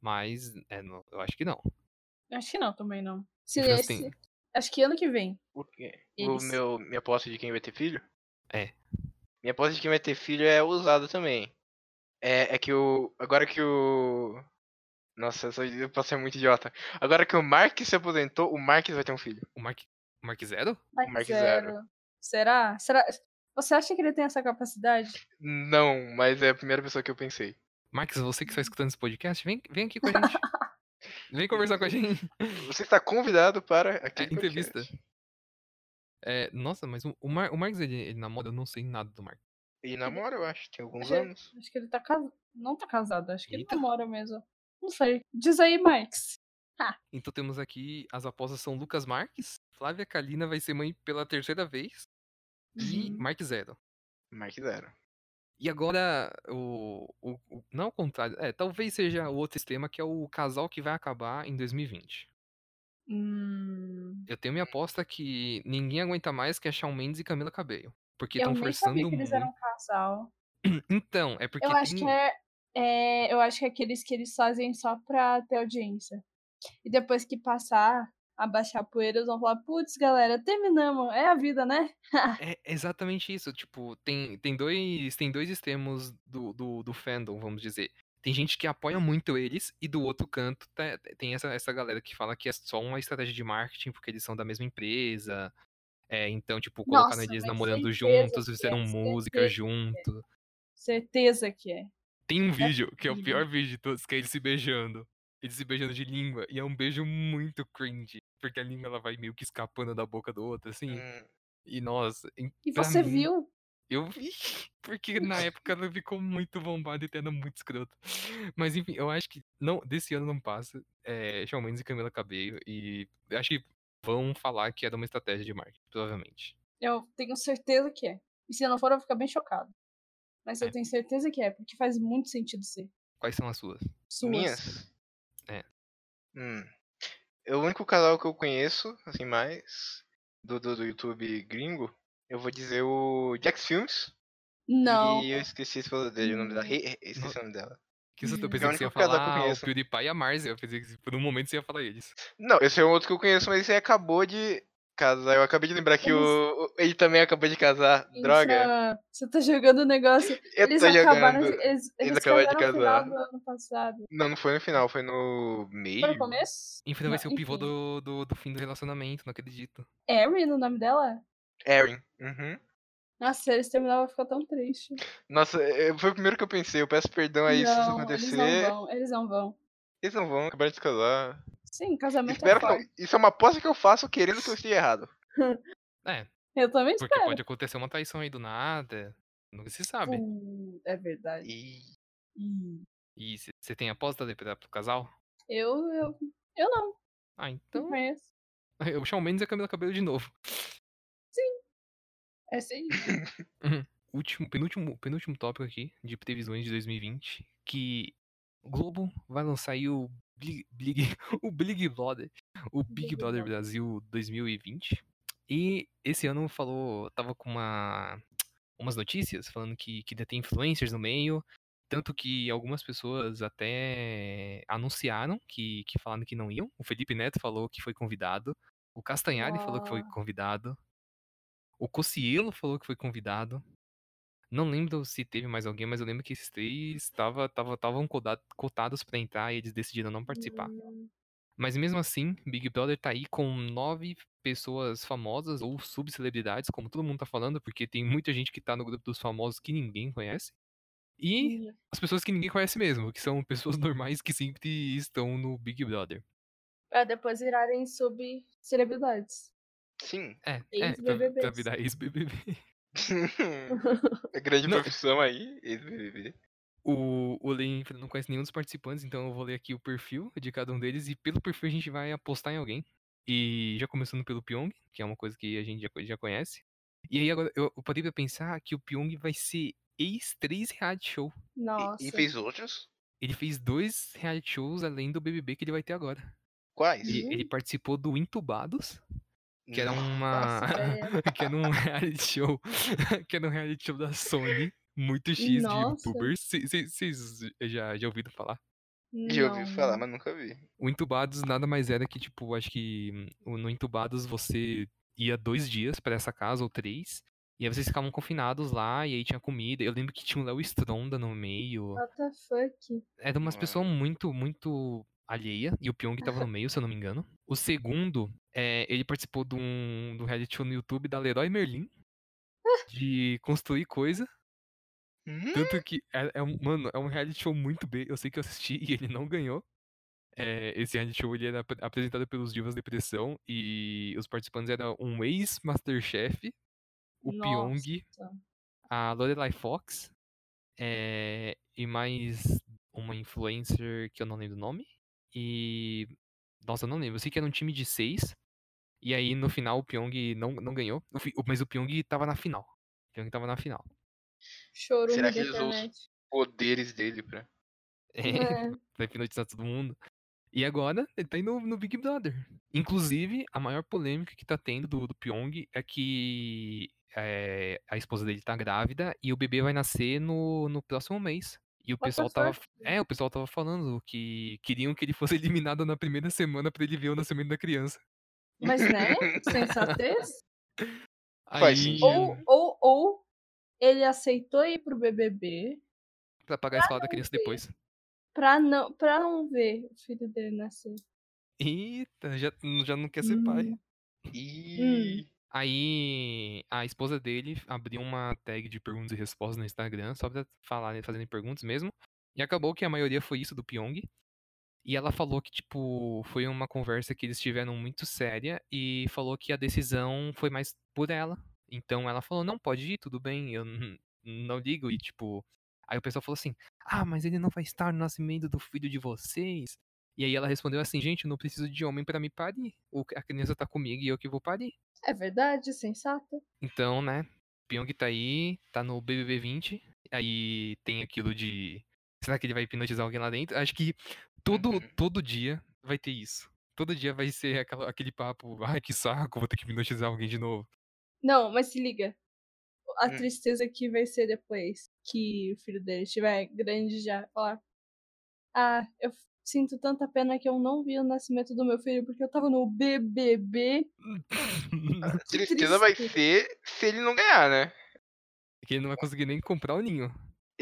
[SPEAKER 1] Mas, é, não, eu acho que não.
[SPEAKER 4] Acho que não, também não. Se
[SPEAKER 1] Eles
[SPEAKER 4] esse-
[SPEAKER 1] têm-
[SPEAKER 4] Acho que ano que vem.
[SPEAKER 3] O quê? O
[SPEAKER 4] Eles.
[SPEAKER 3] meu, minha aposta de quem vai ter filho?
[SPEAKER 1] É.
[SPEAKER 3] Minha aposta de quem vai ter filho é ousada também. É, é que o. Agora que o. Nossa, eu sou- eu passei muito idiota. Agora que o Mark se aposentou, o Mark vai ter um filho.
[SPEAKER 1] O Mark, o Mark Zero?
[SPEAKER 4] Vai
[SPEAKER 3] Mark
[SPEAKER 4] zero. Será? Será? Você acha que ele tem essa capacidade?
[SPEAKER 3] Não, mas é a primeira pessoa que eu pensei.
[SPEAKER 1] Marques, você que está escutando esse podcast, vem, vem aqui com a gente. vem conversar com a gente.
[SPEAKER 3] Você está convidado para aqui.
[SPEAKER 1] entrevista. É, nossa, mas o, o, Mar, o Marques, ele, ele namora? Eu não sei nada do Marques.
[SPEAKER 3] E
[SPEAKER 1] Uhum.
[SPEAKER 3] namora, eu acho, tem alguns
[SPEAKER 4] Achei-
[SPEAKER 3] anos.
[SPEAKER 4] Acho que ele tá casado. Não tá casado, acho que
[SPEAKER 1] Eita.
[SPEAKER 4] ele namora mesmo. Não sei. Diz aí, Max.
[SPEAKER 1] Então temos aqui, as apostas são Lucas Marques, Flávia Kalina vai ser mãe pela terceira vez e Mark Zero.
[SPEAKER 3] Mark zero.
[SPEAKER 1] E agora, o, o, o- Não ao contrário, é, talvez seja o outro extremo, que é o casal que vai acabar em 2020.
[SPEAKER 4] Hum,
[SPEAKER 1] Eu tenho minha aposta que ninguém aguenta mais que é Shawn Mendes e Camila Cabello. Porque
[SPEAKER 4] eu
[SPEAKER 1] estão
[SPEAKER 4] nem
[SPEAKER 1] forçando
[SPEAKER 4] sabia que
[SPEAKER 1] muito.
[SPEAKER 4] eles eram um casal.
[SPEAKER 1] Então, é porque
[SPEAKER 4] eu acho
[SPEAKER 1] tem-
[SPEAKER 4] que é, é, Eu acho que é aqueles que eles fazem só pra ter audiência. E depois que passar, abaixar a poeira, eles vão falar, putz, galera, terminamos. É a vida, né?
[SPEAKER 1] É exatamente isso. Tipo, tem, tem, dois, tem dois extremos do, do, do fandom, vamos dizer. Tem gente que apoia muito eles, e do outro canto tá- tem essa, essa galera que fala que é só uma estratégia de marketing, porque eles são da mesma empresa. É, então, tipo, colocaram
[SPEAKER 4] Nossa,
[SPEAKER 1] eles
[SPEAKER 4] mas
[SPEAKER 1] namorando
[SPEAKER 4] certeza
[SPEAKER 1] juntos,
[SPEAKER 4] que é,
[SPEAKER 1] fizeram música
[SPEAKER 4] certeza
[SPEAKER 1] junto.
[SPEAKER 4] Certeza que é.
[SPEAKER 1] Tem um vídeo, que é o
[SPEAKER 4] possível.
[SPEAKER 1] pior vídeo de todos, que é eles se beijando. Eles se beijando de língua, e é um beijo muito cringe. Porque a língua ela vai meio que escapando da boca do outro, assim.
[SPEAKER 3] Hum,
[SPEAKER 1] E nossa,
[SPEAKER 4] E
[SPEAKER 1] Pra
[SPEAKER 4] você
[SPEAKER 1] mim,
[SPEAKER 4] viu?
[SPEAKER 1] Eu vi, porque na época ela ficou muito bombada e tendo muito escroto. Mas enfim, eu acho que não, desse ano não passa. É, Shawn Mendes e Camila Cabello. E eu acho que vão falar que era uma estratégia de marketing, provavelmente.
[SPEAKER 4] Eu tenho certeza que é. E se não for, eu vou ficar bem chocado. Mas
[SPEAKER 1] É.
[SPEAKER 4] eu tenho certeza que é, porque faz muito sentido ser.
[SPEAKER 1] Quais são as suas?
[SPEAKER 4] Suas.
[SPEAKER 3] Minhas?
[SPEAKER 1] É.
[SPEAKER 3] Hum. É o único casal que eu conheço, assim, mais, do, do, do YouTube gringo, eu vou dizer o Jax Films.
[SPEAKER 4] Não.
[SPEAKER 3] E eu esqueci a esposa dele, o nome dela.
[SPEAKER 4] Hum.
[SPEAKER 3] He- he- Esqueci o nome dela.
[SPEAKER 1] Que isso, eu
[SPEAKER 4] Hum.
[SPEAKER 1] pensei que você
[SPEAKER 3] É o
[SPEAKER 1] ia
[SPEAKER 3] único casal que eu
[SPEAKER 1] falar o
[SPEAKER 3] conheço.
[SPEAKER 1] PewDiePie e a Marcia. Eu pensei que por um momento você ia falar eles.
[SPEAKER 3] Não, esse é um outro que eu conheço, mas esse aí acabou de casar. Eu acabei de lembrar que
[SPEAKER 4] Eles-
[SPEAKER 3] o, o- ele também acabou de casar. Droga.
[SPEAKER 4] Isa, Você tá jogando o negócio.
[SPEAKER 3] Eu
[SPEAKER 4] eles
[SPEAKER 3] tô
[SPEAKER 4] acabaram.
[SPEAKER 3] jogando.
[SPEAKER 4] de- Eles, eles
[SPEAKER 3] acabaram de
[SPEAKER 4] casaram no final
[SPEAKER 3] casar.
[SPEAKER 4] do ano passado.
[SPEAKER 3] Não, não foi no final, foi no meio.
[SPEAKER 4] Foi no começo?
[SPEAKER 1] Enfim, então vai
[SPEAKER 4] Não,
[SPEAKER 1] ser o pivô
[SPEAKER 4] enfim.
[SPEAKER 1] do, do, do fim do relacionamento, não acredito.
[SPEAKER 4] Erin, o nome dela?
[SPEAKER 3] Erin. Uhum.
[SPEAKER 4] Nossa, se eles terminaram, eu vou ficar tão triste.
[SPEAKER 3] Nossa, é- foi o primeiro que eu pensei. Eu peço perdão aí se Então é isso
[SPEAKER 4] não, eles
[SPEAKER 3] acontecer.
[SPEAKER 4] não vão. Eles não vão.
[SPEAKER 3] Eles não vão, acabaram de casar.
[SPEAKER 4] Sim, casamento
[SPEAKER 3] Espero
[SPEAKER 4] é foda.
[SPEAKER 3] que... Isso é uma aposta que eu faço querendo que eu esteja errado.
[SPEAKER 1] É,
[SPEAKER 4] Eu também
[SPEAKER 1] porque
[SPEAKER 4] espero.
[SPEAKER 1] pode acontecer uma traição aí do nada. Nunca se sabe.
[SPEAKER 4] Uh, é verdade.
[SPEAKER 3] E
[SPEAKER 4] Ih.
[SPEAKER 1] E você tem aposta de pra- pro casal?
[SPEAKER 4] Eu, eu, eu não,
[SPEAKER 1] Ah,
[SPEAKER 4] não
[SPEAKER 1] então.
[SPEAKER 4] conheço.
[SPEAKER 1] O Shawn Mendes e a Camila Cabello de novo.
[SPEAKER 4] É sim.
[SPEAKER 1] último, penúltimo, penúltimo tópico aqui de previsões de 2020, que Globo vai lançar aí o Big, Big- o Big Brother, o Big,
[SPEAKER 4] Big
[SPEAKER 1] Brother
[SPEAKER 4] Brother.
[SPEAKER 1] Brasil 2020. E esse ano falou, tava com uma umas notícias falando que que ainda tem influencers no meio, tanto que algumas pessoas até anunciaram que que falaram que não iam. O Felipe Neto falou que foi convidado, o Castanhari falou que foi convidado, o Cocielo falou que foi convidado. Não lembro se teve mais alguém, mas eu lembro que esses três estavam tava, tavam coda- cotados pra entrar e eles decidiram não participar. Mas mesmo assim, Big Brother tá aí com nove pessoas famosas ou subcelebridades, como todo mundo tá falando, porque tem muita gente que tá no grupo dos famosos que ninguém conhece. E
[SPEAKER 4] Ih,
[SPEAKER 1] as pessoas que ninguém conhece mesmo, que são pessoas normais que sempre estão no Big Brother.
[SPEAKER 4] Pra depois virarem subcelebridades.
[SPEAKER 3] sim.
[SPEAKER 1] É, é pra, pra
[SPEAKER 4] Ex-BBBs.
[SPEAKER 1] virar ex-BBB.
[SPEAKER 3] é grande
[SPEAKER 1] Não.
[SPEAKER 3] profissão aí, ex-BBB.
[SPEAKER 1] O, o Lin não conhece nenhum dos participantes, então eu vou ler aqui o perfil de cada um deles e pelo perfil a gente vai apostar em alguém. E já começando pelo Pyong, que é uma coisa que a gente já, co- já conhece. E aí agora eu eu parei pra pensar que o Pyong vai ser ex-3 reality show.
[SPEAKER 4] Nossa.
[SPEAKER 3] E, e fez outros?
[SPEAKER 1] Ele fez dois reality shows além do BBB que ele vai ter agora.
[SPEAKER 3] Quais?
[SPEAKER 1] E
[SPEAKER 4] Uhum.
[SPEAKER 1] ele participou do Intubados, que era um uma.
[SPEAKER 4] Nossa,
[SPEAKER 3] é.
[SPEAKER 4] é velho.
[SPEAKER 1] que era um reality show. que era um reality show da Sony. Muito X de
[SPEAKER 4] Nossa.
[SPEAKER 1] youtubers. Vocês já, já ouviram falar?
[SPEAKER 3] Hum. Já
[SPEAKER 4] Não,
[SPEAKER 3] ouvi falar,
[SPEAKER 4] mano.
[SPEAKER 3] mas nunca vi.
[SPEAKER 1] O Intubados nada mais era que, tipo, acho que hum, o- no Intubados você ia dois dias pra essa casa ou três. E aí vocês ficavam confinados lá, e aí tinha comida. Eu lembro que tinha um Léo Stronda no meio.
[SPEAKER 4] What the fuck?
[SPEAKER 1] Era umas
[SPEAKER 3] Ué.
[SPEAKER 1] pessoas muito, muito alheia. E o Pyong tava no meio, se eu não me engano. O segundo, é, ele participou de um, de um reality show no YouTube da Leroy Merlin. De construir coisa.
[SPEAKER 3] Hum?
[SPEAKER 1] Tanto que, é, é um- mano, é um reality show muito bem. Eu sei que eu assisti e ele não ganhou. É, esse reality show ele era ap- apresentado pelos Divas Depressão. E os participantes eram um ex-Masterchef, o
[SPEAKER 4] Nossa.
[SPEAKER 1] Pyong, a Lorelai Fox é, e mais uma influencer que eu não lembro o nome. E. Nossa, eu não lembro. Eu sei que era um time de seis. E aí no final o Pyong não, não ganhou. O fi- Mas o Pyong tava na final. O Pyong tava na final.
[SPEAKER 4] Chorume
[SPEAKER 3] Será
[SPEAKER 4] da
[SPEAKER 3] que eles usam-
[SPEAKER 4] internet.
[SPEAKER 3] Poderes dele pra.
[SPEAKER 4] É.
[SPEAKER 1] pra hipnotizar todo mundo. E agora ele tá indo no Big Brother. Inclusive, a maior polêmica que tá tendo do, do Pyong é que é, a esposa dele tá grávida e o bebê vai nascer no, no próximo mês. E o
[SPEAKER 4] the
[SPEAKER 1] pessoal tava. É, o pessoal tava falando que queriam que ele fosse eliminado na primeira semana pra ele ver o nascimento da criança.
[SPEAKER 4] Mas né? Sensatez?
[SPEAKER 3] Faz
[SPEAKER 1] Aí,
[SPEAKER 3] sentido.
[SPEAKER 4] ou, ou, ou ele aceitou ir pro BBB
[SPEAKER 1] pra pagar a escola da criança depois.
[SPEAKER 4] pra não, pra não ver o filho dele nascer.
[SPEAKER 1] Eita, já, já não quer
[SPEAKER 3] é
[SPEAKER 1] ser pai.
[SPEAKER 4] Hum.
[SPEAKER 3] Ih.
[SPEAKER 1] Aí a esposa dele abriu uma tag de perguntas e respostas no Instagram, só pra falar, né, fazerem perguntas mesmo. E acabou que a maioria foi isso do Pyong. E ela falou que, tipo, foi uma conversa que eles tiveram muito séria e falou que a decisão foi mais por ela. Então ela falou, não, pode ir, tudo bem, eu n- não ligo. E, tipo, aí o pessoal falou assim, ah, mas ele não vai estar no nascimento do filho de vocês. E aí ela respondeu assim, gente, eu não preciso de homem pra me parir. O- A criança tá comigo e eu que vou parir.
[SPEAKER 4] É verdade, sensata.
[SPEAKER 1] Então, né? Pyong tá aí, tá no BBB 20. Aí tem aquilo de. Será que ele vai hipnotizar alguém lá dentro? Acho que todo,
[SPEAKER 3] Uhum.
[SPEAKER 1] todo dia vai ter isso. Todo dia vai ser aquela- aquele papo. Ai, que saco, vou ter que hipnotizar alguém de novo.
[SPEAKER 4] Não, mas se liga. A
[SPEAKER 3] Hum.
[SPEAKER 4] tristeza que vai ser depois que o filho dele estiver grande já. Falar. Ah, eu sinto tanta pena que eu não vi o nascimento do meu filho porque eu tava no BBB. Hum.
[SPEAKER 3] A tristeza vai
[SPEAKER 4] triste.
[SPEAKER 3] ser se ele não ganhar, né?
[SPEAKER 1] que ele não vai conseguir nem comprar o ninho.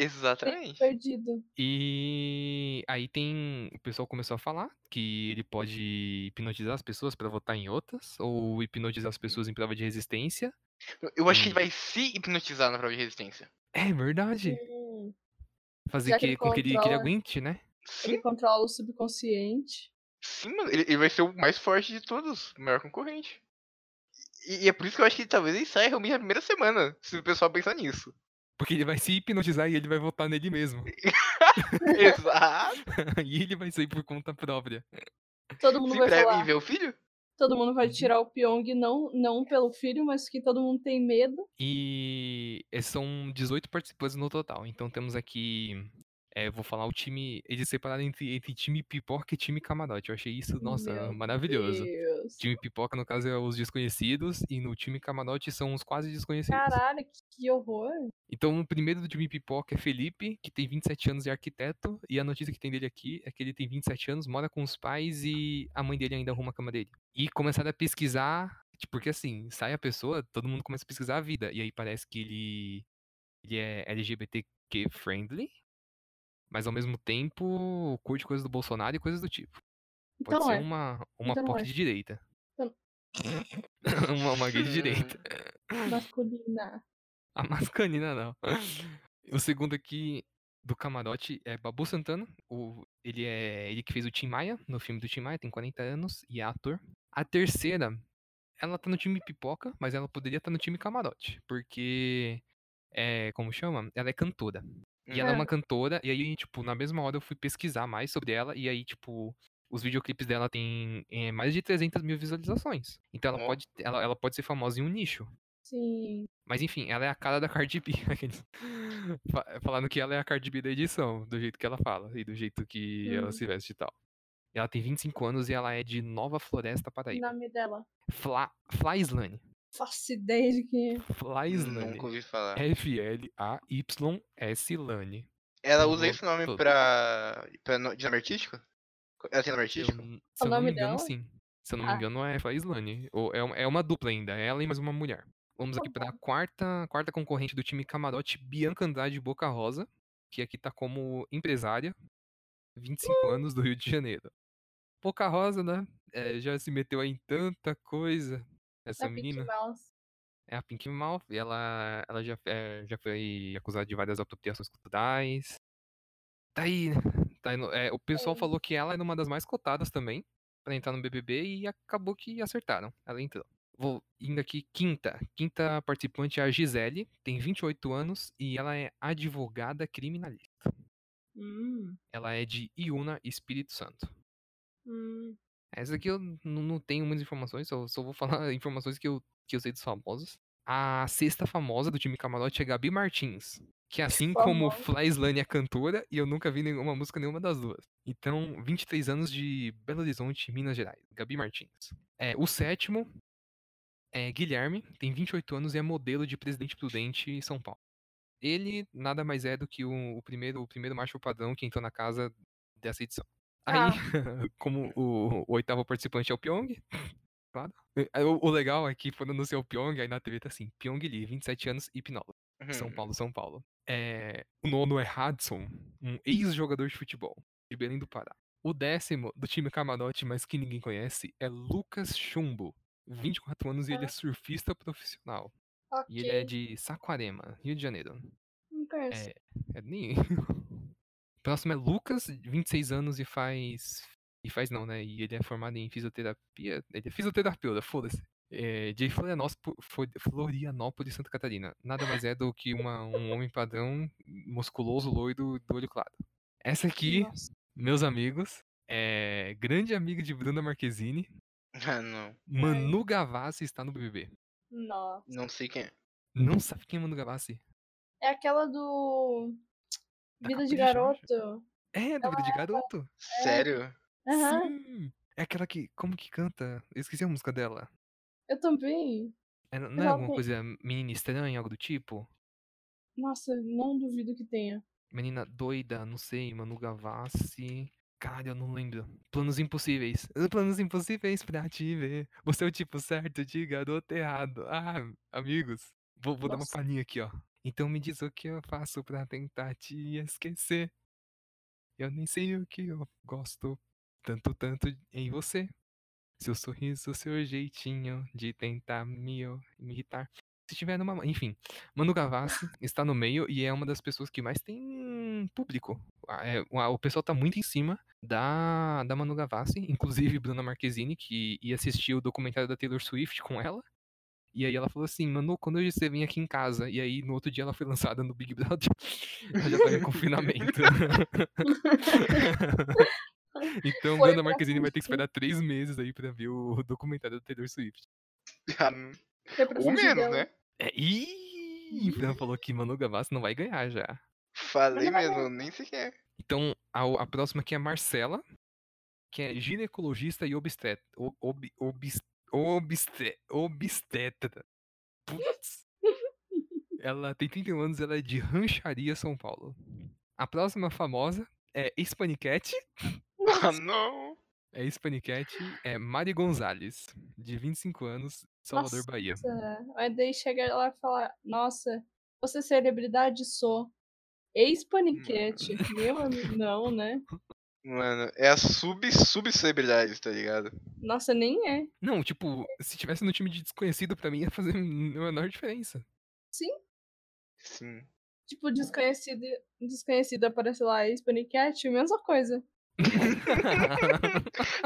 [SPEAKER 3] Exatamente.
[SPEAKER 4] Perdido.
[SPEAKER 1] E aí tem. O pessoal começou a falar que ele pode hipnotizar as pessoas pra votar em outras, ou hipnotizar as pessoas em prova de resistência.
[SPEAKER 3] Eu acho que ele vai se hipnotizar na prova de resistência.
[SPEAKER 1] É verdade.
[SPEAKER 4] Hum,
[SPEAKER 1] Fazer
[SPEAKER 4] Será que
[SPEAKER 1] que,
[SPEAKER 4] ele
[SPEAKER 1] com que ele, que ele
[SPEAKER 4] controla?
[SPEAKER 1] aguente, né?
[SPEAKER 4] Ele
[SPEAKER 3] Sim,
[SPEAKER 4] controla o subconsciente.
[SPEAKER 3] sim, mano. Ele, ele vai ser o mais forte de todos, o maior concorrente. E, e é por isso que eu acho que talvez ele saia realmente na primeira semana, se o pessoal pensar nisso.
[SPEAKER 1] Porque ele vai se hipnotizar e ele vai votar nele mesmo.
[SPEAKER 3] Exato.
[SPEAKER 1] e ele vai sair por conta própria.
[SPEAKER 4] Todo mundo
[SPEAKER 3] Se
[SPEAKER 4] vai
[SPEAKER 3] breve
[SPEAKER 4] falar.
[SPEAKER 3] e ver o filho?
[SPEAKER 4] Todo mundo vai
[SPEAKER 1] Uhum.
[SPEAKER 4] tirar o Pyong, não, não pelo filho, mas que todo mundo tem medo.
[SPEAKER 1] E é, são 18 participantes no total. Então temos aqui. é, vou falar o time. Eles separaram entre, entre time pipoca e time camarote. Eu achei isso, nossa,
[SPEAKER 4] Meu
[SPEAKER 1] maravilhoso.
[SPEAKER 4] Deus.
[SPEAKER 1] Time pipoca, no caso, é os desconhecidos. E no time camarote são os quase desconhecidos.
[SPEAKER 4] Caralho, que, que horror.
[SPEAKER 1] Então, o primeiro do time pipoca é Felipe, que tem 27 anos e é arquiteto. E a notícia que tem dele aqui é que ele tem 27 anos, mora com os pais e a mãe dele ainda arruma a cama dele. E começaram a pesquisar, tipo, porque assim, sai a pessoa, todo mundo começa a pesquisar a vida. E aí parece que ele, ele é LGBTQ friendly, mas ao mesmo tempo curte coisas do Bolsonaro e coisas do tipo. Pode
[SPEAKER 4] Então
[SPEAKER 1] ser
[SPEAKER 4] é.
[SPEAKER 1] uma, uma
[SPEAKER 4] Então
[SPEAKER 1] POC
[SPEAKER 4] é.
[SPEAKER 1] de direita.
[SPEAKER 4] Então-
[SPEAKER 1] uma, uma gay de direita. um
[SPEAKER 4] Masculina.
[SPEAKER 1] A mascanina não. O segundo aqui do camarote é Babu Santana. O, ele é ele que fez o Tim Maia no filme do Tim Maia, tem 40 anos e é ator. A terceira, ela tá no time pipoca, mas ela poderia estar no time camarote, porque é, como chama? Ela é cantora. E ela é
[SPEAKER 4] Hum.
[SPEAKER 1] uma cantora, e aí, tipo, na mesma hora eu fui pesquisar mais sobre ela, e aí, tipo, Os videoclipes dela têm eh, mais de 300 mil visualizações. Então ela
[SPEAKER 3] Ó.
[SPEAKER 1] pode, ela, ela pode ser famosa em um nicho.
[SPEAKER 4] Sim.
[SPEAKER 1] Mas enfim, ela é a cara da Cardi B. aqueles. Fa- Falando que ela é a Cardi B da edição, do jeito que ela fala e do jeito que ela
[SPEAKER 4] Uhum.
[SPEAKER 1] se veste e tal. Ela tem 25 anos e ela é de Nova Floresta,
[SPEAKER 4] O
[SPEAKER 1] Paraíba.
[SPEAKER 4] nome dela.
[SPEAKER 1] Fla, Flaislane.
[SPEAKER 4] Faço ideia de quem é.
[SPEAKER 1] Flaislane.
[SPEAKER 3] Nunca ouvi
[SPEAKER 1] É,
[SPEAKER 3] falar.
[SPEAKER 1] F-L-A-Y-S Lane.
[SPEAKER 3] Ela
[SPEAKER 1] eu
[SPEAKER 3] usa
[SPEAKER 1] vou
[SPEAKER 3] esse nome
[SPEAKER 1] todo.
[SPEAKER 3] pra. pra no... de nome artístico? Ela tem nome
[SPEAKER 1] Se eu,
[SPEAKER 3] artístico?
[SPEAKER 1] n- se eu não
[SPEAKER 4] nome
[SPEAKER 1] me engano,
[SPEAKER 4] dela?
[SPEAKER 1] sim. Se eu não me
[SPEAKER 4] Ah.
[SPEAKER 1] engano, é Flaislane. Ou é, um- é uma dupla ainda, ela e mais uma mulher. Vamos
[SPEAKER 4] Tá
[SPEAKER 1] aqui para a quarta, quarta concorrente do time Camarote, Bianca Andrade Boca Rosa, que aqui tá como empresária,
[SPEAKER 4] Uh.
[SPEAKER 1] 25 anos do Rio de Janeiro. Boca Rosa, né? é, já se meteu aí em tanta coisa. Essa
[SPEAKER 4] Da Pink
[SPEAKER 1] menina
[SPEAKER 4] Mouse.
[SPEAKER 1] é a Pink Mouth, e ela, ela já, é, já foi acusada de várias apropriações culturais. Tá aí, né? tá aí no- é, o pessoal
[SPEAKER 4] É.
[SPEAKER 1] falou que ela era uma das mais cotadas também pra entrar no BBB e acabou que acertaram. Ela entrou. Vou indo aqui, quinta. Quinta participante é a Gisele, tem 28 anos e ela é advogada criminalista.
[SPEAKER 4] Hum,
[SPEAKER 1] Ela é de Iuna, Espírito Santo.
[SPEAKER 4] hum.
[SPEAKER 1] Essa aqui eu n- não tenho muitas informações, só, só vou falar informações que eu, que eu sei dos famosos. A sexta famosa do time Camarote é Gabi Martins, que assim como
[SPEAKER 4] Famosa.
[SPEAKER 1] Fly Slane é cantora, e eu nunca vi nenhuma música nenhuma das duas. Então, 23 anos de Belo Horizonte, Minas Gerais, Gabi Martins. É, o sétimo é Guilherme, tem 28 anos e é modelo de Presidente Prudente em São Paulo. Ele nada mais é do que o, o primeiro, o primeiro macho padrão que entrou na casa dessa edição. Aí, como o, o oitavo participante é o Pyong, claro. Eh, aí O, o legal é que quando anunciou o Pyong, aí na TV tá assim, Pyong Lee, 27 anos, hipnólogo, São
[SPEAKER 3] Hum,
[SPEAKER 1] Paulo, São Paulo. É, o nono é Hudson, um ex-jogador de futebol, de Belém do Pará. O décimo, do time camarote, mas que ninguém conhece, é Lucas Chumbo, 24 anos e ele é surfista profissional.
[SPEAKER 4] Tá, Ok.
[SPEAKER 1] E ele é de Saquarema, Rio de Janeiro.
[SPEAKER 4] Não conheço.
[SPEAKER 1] É, é nem. Próximo é Lucas, 26 anos e faz. E faz não, né? E ele é formado em fisioterapia. Ele é fisioterapeuta, foda-se. É, de Florianópolis, Fo- Florianópolis, Santa Catarina. Nada mais é do que uma- um homem padrão, musculoso, loiro, do olho claro. Essa É, aqui,
[SPEAKER 4] Nossa.
[SPEAKER 1] meus amigos, é grande amiga de Bruna Marquezine.
[SPEAKER 3] Ah, não.
[SPEAKER 1] Manu Gavassi está no BBB.
[SPEAKER 4] Nossa.
[SPEAKER 3] Não sei quem é.
[SPEAKER 1] Não sabe quem é Manu Gavassi?
[SPEAKER 4] É aquela do.
[SPEAKER 1] Da
[SPEAKER 4] Vida de
[SPEAKER 1] Tá Capricho, eu acho.
[SPEAKER 4] garoto. Tá
[SPEAKER 1] É, dúvida de garoto.
[SPEAKER 4] É.
[SPEAKER 3] Sério?
[SPEAKER 4] Aham.
[SPEAKER 1] Sim. É aquela que. Como que canta? Eu esqueci a música dela.
[SPEAKER 4] Eu também.
[SPEAKER 1] É, não é
[SPEAKER 4] Não,
[SPEAKER 1] alguma
[SPEAKER 4] tem-
[SPEAKER 1] coisa menina estranha, algo do tipo?
[SPEAKER 4] Nossa, não duvido que tenha.
[SPEAKER 1] Menina doida, não sei, Manu Gavassi. Caralho, eu não lembro. Planos impossíveis. Ah, Planos impossíveis pra te ver. Você é o tipo certo de garoto errado. Ah, amigos. Vou, vou dar uma
[SPEAKER 4] Nossa.
[SPEAKER 1] palhinha aqui, ó. Então me diz o que eu faço pra tentar te esquecer. Eu nem sei o que eu gosto tanto, tanto em você. Seu sorriso, seu jeitinho de tentar me, eu- me irritar. Se tiver numa. Enfim, Manu Gavassi está no meio e é uma das pessoas que mais tem público. Ah, é, o- a- o pessoal tá muito em cima da, da Manu Gavassi, inclusive Bruna Marquezine, que ia assistir o documentário da Taylor Swift com ela. E aí ela falou assim, Manu, quando você vem aqui em casa? E aí no outro dia ela foi lançada no Big Brother. ela já tava em confinamento. então
[SPEAKER 4] Foi
[SPEAKER 1] Bruna
[SPEAKER 4] pra
[SPEAKER 1] Marquezine vai ter que
[SPEAKER 4] fugir.
[SPEAKER 1] esperar três meses aí pra ver o documentário da Taylor Swift.
[SPEAKER 3] Ah, não.
[SPEAKER 4] Foi pra
[SPEAKER 3] Ou
[SPEAKER 4] fugir
[SPEAKER 3] menos,
[SPEAKER 4] dela.
[SPEAKER 3] né?
[SPEAKER 1] É, ih, Bruna falou que Manu Gavassi não vai ganhar já.
[SPEAKER 3] Falei
[SPEAKER 4] Mas não é
[SPEAKER 3] mesmo, nem sei quem é.
[SPEAKER 1] Então, a, o- a próxima aqui é a Marcela, que é ginecologista e obstetra. Ob, obs- obstre- obstetra. Putz. Ela tem 31 anos, ela é de Rancharia, São Paulo. A próxima famosa é Hispaniquete.
[SPEAKER 3] Ah, não.
[SPEAKER 1] É Hispaniquete, é Mari Gonzalez, de 25 anos, Salvador,
[SPEAKER 4] Nossa.
[SPEAKER 1] Bahia.
[SPEAKER 4] Nossa, Mas daí chega lá e fala: Nossa, você é celebridade? Sou. Ex-paniquete. Meu amigo, não, né?
[SPEAKER 3] Mano, é a sub-sub-celebridade, tá ligado?
[SPEAKER 4] Nossa, nem é.
[SPEAKER 1] Não, tipo, se tivesse no time de desconhecido, pra mim ia fazer a menor diferença.
[SPEAKER 3] Sim.
[SPEAKER 4] Tipo, desconhecido, desconhecido aparece lá, ex-paniquete, mesma coisa.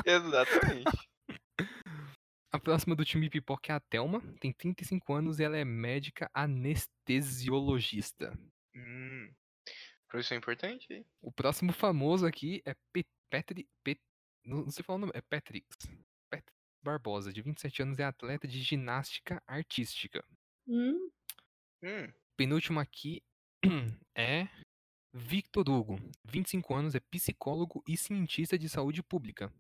[SPEAKER 3] Exatamente.
[SPEAKER 1] A próxima do time pipoca é a Thelma, tem 35 anos e ela é médica anestesiologista.
[SPEAKER 3] hum. Profissão importante, hein?
[SPEAKER 1] O próximo famoso aqui é Pe- Petri, Pe- Não, não sei falar o nome, é Patrick. Patrick Barbosa, de 27 anos, é atleta de ginástica artística.
[SPEAKER 4] Hum,
[SPEAKER 3] Hum,
[SPEAKER 1] Penúltimo aqui é Victor Hugo, 25 anos, é psicólogo e cientista de saúde pública.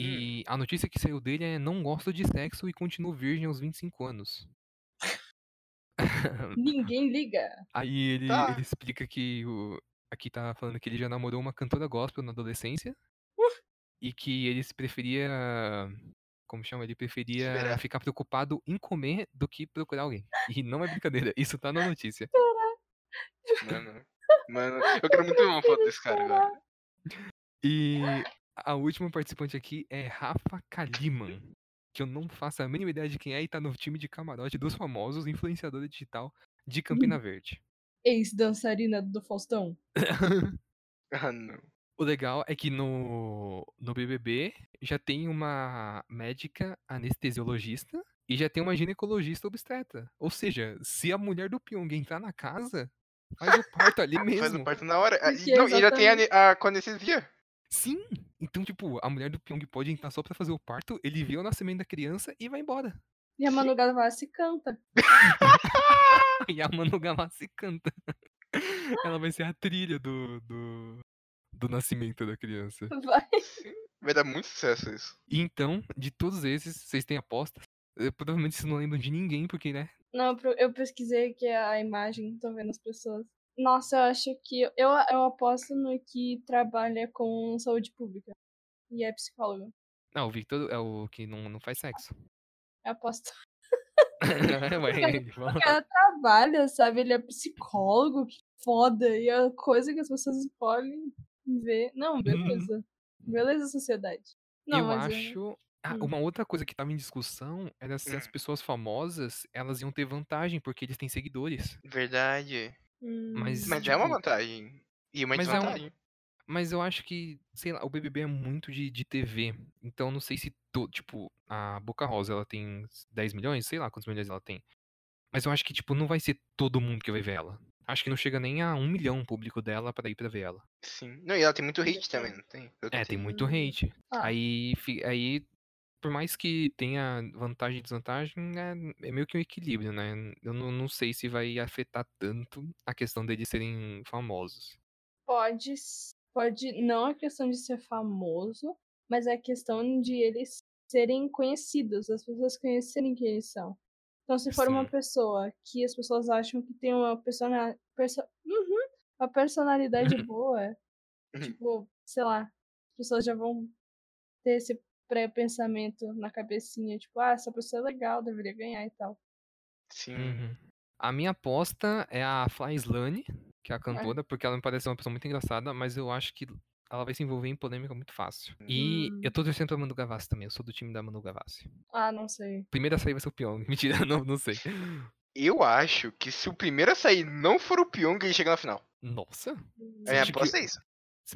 [SPEAKER 1] E a notícia que saiu dele é não gosto de sexo e continuo virgem aos 25 anos.
[SPEAKER 4] ninguém liga.
[SPEAKER 1] Aí ele,
[SPEAKER 3] Tá.
[SPEAKER 1] ele explica que o, aqui tá falando que ele já namorou uma cantora gospel na adolescência e que ele se preferia. Como chama? Ele preferia
[SPEAKER 3] Esperar.
[SPEAKER 1] ficar preocupado em comer do que procurar alguém. E não é brincadeira, isso tá na notícia.
[SPEAKER 3] mano. Mano, eu quero muito ver uma foto desse cara agora.
[SPEAKER 1] E a última participante aqui é Rafa Kaliman, que eu não faço a mínima ideia de quem é e tá no time de camarote dos famosos, influenciadora digital de Campina Verde.
[SPEAKER 4] Ex-dançarina do Faustão.
[SPEAKER 3] Ah, não.
[SPEAKER 1] O legal é que no, no BBB já tem uma médica anestesiologista e já tem uma ginecologista obstetra. Ou seja, se a mulher do Pyong entrar na casa, faz o parto ali
[SPEAKER 3] Faz o
[SPEAKER 1] mesmo.
[SPEAKER 3] parto na hora. Ah,
[SPEAKER 4] Porque
[SPEAKER 3] E, não, e já tem a, ne- a com anestesia.
[SPEAKER 1] Sim! Então, tipo, a mulher do Pyong pode entrar só pra fazer o parto, ele vê o nascimento da criança e vai embora.
[SPEAKER 4] E a Manu Gavassi canta.
[SPEAKER 1] E a Manu Gavassi canta. Ela vai ser a trilha do, do, do nascimento da criança.
[SPEAKER 4] Vai.
[SPEAKER 3] Sim. Vai dar muito sucesso isso.
[SPEAKER 1] E então, de todos esses, vocês têm apostas? Eh, Provavelmente vocês não lembram de ninguém, porque, né?
[SPEAKER 4] Não, pro- eu pesquisei aqui a imagem, tô vendo as pessoas. Nossa, eu acho que. Eu, eu aposto no que trabalha com saúde pública. E é psicólogo.
[SPEAKER 1] Não, o Victor é o que não, não faz sexo.
[SPEAKER 4] Eu aposto. É,
[SPEAKER 1] Ué, ele fala-
[SPEAKER 4] O cara trabalha, sabe? Ele é psicólogo, que foda. E é a coisa que as pessoas podem ver. Não, beleza. Beleza, sociedade. Não,
[SPEAKER 1] Uhum. eu
[SPEAKER 4] mas
[SPEAKER 1] acho. Ah,
[SPEAKER 4] Hum.
[SPEAKER 1] uma outra coisa que tava em discussão era se as pessoas famosas elas iam ter vantagem, porque eles têm seguidores.
[SPEAKER 3] Verdade.
[SPEAKER 4] Hum,
[SPEAKER 1] Mas-
[SPEAKER 3] Mas é uma
[SPEAKER 1] Tipo-
[SPEAKER 3] vantagem. E uma
[SPEAKER 1] Mas é um-
[SPEAKER 3] desvantagem.
[SPEAKER 1] Mas eu acho que, sei lá, o BBB é muito de, de TV. Então não sei se, to- tipo, a Boca Rosa ela tem 10 milhões, sei lá quantos milhões ela tem. Mas eu acho que, tipo, não vai ser todo mundo que vai ver ela. Acho que não chega nem a um milhão o público dela pra ir pra ver ela.
[SPEAKER 3] Sim. Não, e ela tem muito hate também, não tem? Pelo que eu
[SPEAKER 1] É, tem
[SPEAKER 3] entendi.
[SPEAKER 1] muito
[SPEAKER 4] Hum.
[SPEAKER 1] hate.
[SPEAKER 4] Ah.
[SPEAKER 1] Aí, fi- aí, por mais que tenha vantagem e desvantagem, é, é meio que um equilíbrio, né? Eu não, não sei se vai afetar tanto a questão deles serem famosos.
[SPEAKER 4] pode, s- pode não a questão de ser famoso, mas a questão de eles serem conhecidos, as pessoas conhecerem quem eles são. Então, se for uma
[SPEAKER 1] Sim.
[SPEAKER 4] pessoa que as pessoas acham que tem uma persona, perso- Uhum, uma personalidade boa,
[SPEAKER 3] Uhum.
[SPEAKER 4] tipo, sei lá, as pessoas já vão ter esse pré-pensamento na cabecinha, tipo, ah, essa pessoa é legal, deveria ganhar e tal.
[SPEAKER 3] Sim.
[SPEAKER 1] Uhum. A minha aposta é a Fly Slane, que é a cantora, porque ela me parece uma pessoa muito engraçada, mas eu acho que ela vai se envolver em polêmica muito fácil. E
[SPEAKER 4] Hum.
[SPEAKER 1] eu tô torcendo pra Manu Gavassi também, eu sou do time da Manu Gavassi.
[SPEAKER 4] Ah, não sei.
[SPEAKER 1] Primeira a sair vai ser o Pyong, mentira, não, não sei.
[SPEAKER 3] Eu acho que se o primeiro a sair não for o Pyong, ele chega na final.
[SPEAKER 1] Nossa,
[SPEAKER 3] A minha
[SPEAKER 1] acha que-
[SPEAKER 3] aposta é isso.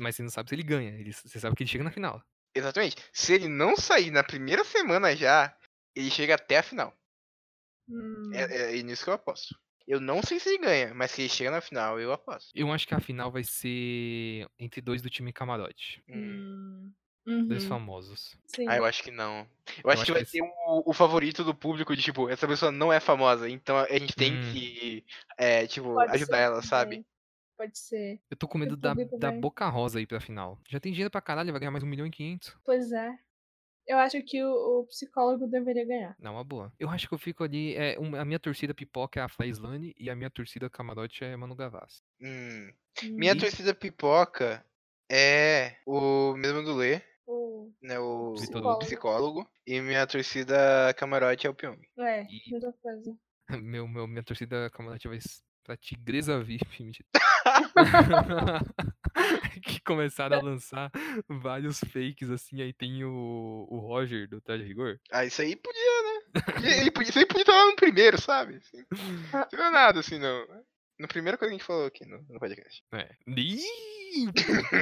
[SPEAKER 1] mas você não sabe se ele ganha, ele, você sabe que ele chega na final.
[SPEAKER 3] Exatamente. Se ele não sair na primeira semana já, ele chega até a final.
[SPEAKER 4] Hum.
[SPEAKER 3] É, é- é nisso que eu aposto. Eu não sei se ele ganha, mas se ele chega na final, eu aposto.
[SPEAKER 1] Eu acho que a final vai ser entre dois do time camarote.
[SPEAKER 3] Hum.
[SPEAKER 4] Hum.
[SPEAKER 1] Dois
[SPEAKER 4] Uhum,
[SPEAKER 1] famosos.
[SPEAKER 4] sim.
[SPEAKER 3] Ah, eu acho que não. Eu acho
[SPEAKER 1] Hum. acho
[SPEAKER 3] que vai
[SPEAKER 1] que
[SPEAKER 3] ter o, o favorito do público de, tipo, essa pessoa não é famosa, então a gente tem
[SPEAKER 1] Hum.
[SPEAKER 3] que, é, tipo,
[SPEAKER 4] Pode
[SPEAKER 3] ajudar
[SPEAKER 4] ser
[SPEAKER 3] ela, sabe?
[SPEAKER 4] também. Pode ser.
[SPEAKER 1] Eu tô com medo
[SPEAKER 4] o
[SPEAKER 1] da,
[SPEAKER 4] público
[SPEAKER 1] da
[SPEAKER 4] vai-
[SPEAKER 1] Boca Rosa aí pra final. Já tem dinheiro pra caralho, vai ganhar mais um milhão e quinhentos.
[SPEAKER 4] Pois é. Eu acho que o, o psicólogo deveria ganhar.
[SPEAKER 1] Não, é uma boa. Eu acho que eu fico ali. é, um- a minha torcida pipoca é a Flaislane e a minha torcida camarote é Manu Gavassi.
[SPEAKER 3] Hum.
[SPEAKER 4] Uhum.
[SPEAKER 3] Minha
[SPEAKER 1] E-
[SPEAKER 3] torcida pipoca é o mesmo do Lê,
[SPEAKER 4] O,
[SPEAKER 3] né? O
[SPEAKER 1] Psicólogo.
[SPEAKER 3] psicólogo. E minha torcida camarote é o Pyong.
[SPEAKER 4] é,
[SPEAKER 1] E-
[SPEAKER 4] mesma coisa.
[SPEAKER 1] Meu, meu, minha torcida camarote vai s- pra Tigresa VIP. mentira. que começaram a lançar vários fakes assim. Aí tem o, o Roger do Traje Rigor.
[SPEAKER 3] Ah, isso aí podia, né? Podia- Ele podia, isso aí podia estar lá no primeiro, sabe? Assim,
[SPEAKER 4] Ah.
[SPEAKER 3] não é nada assim, não. Na primeira coisa que a gente falou aqui no, no podcast.
[SPEAKER 1] É. Ih,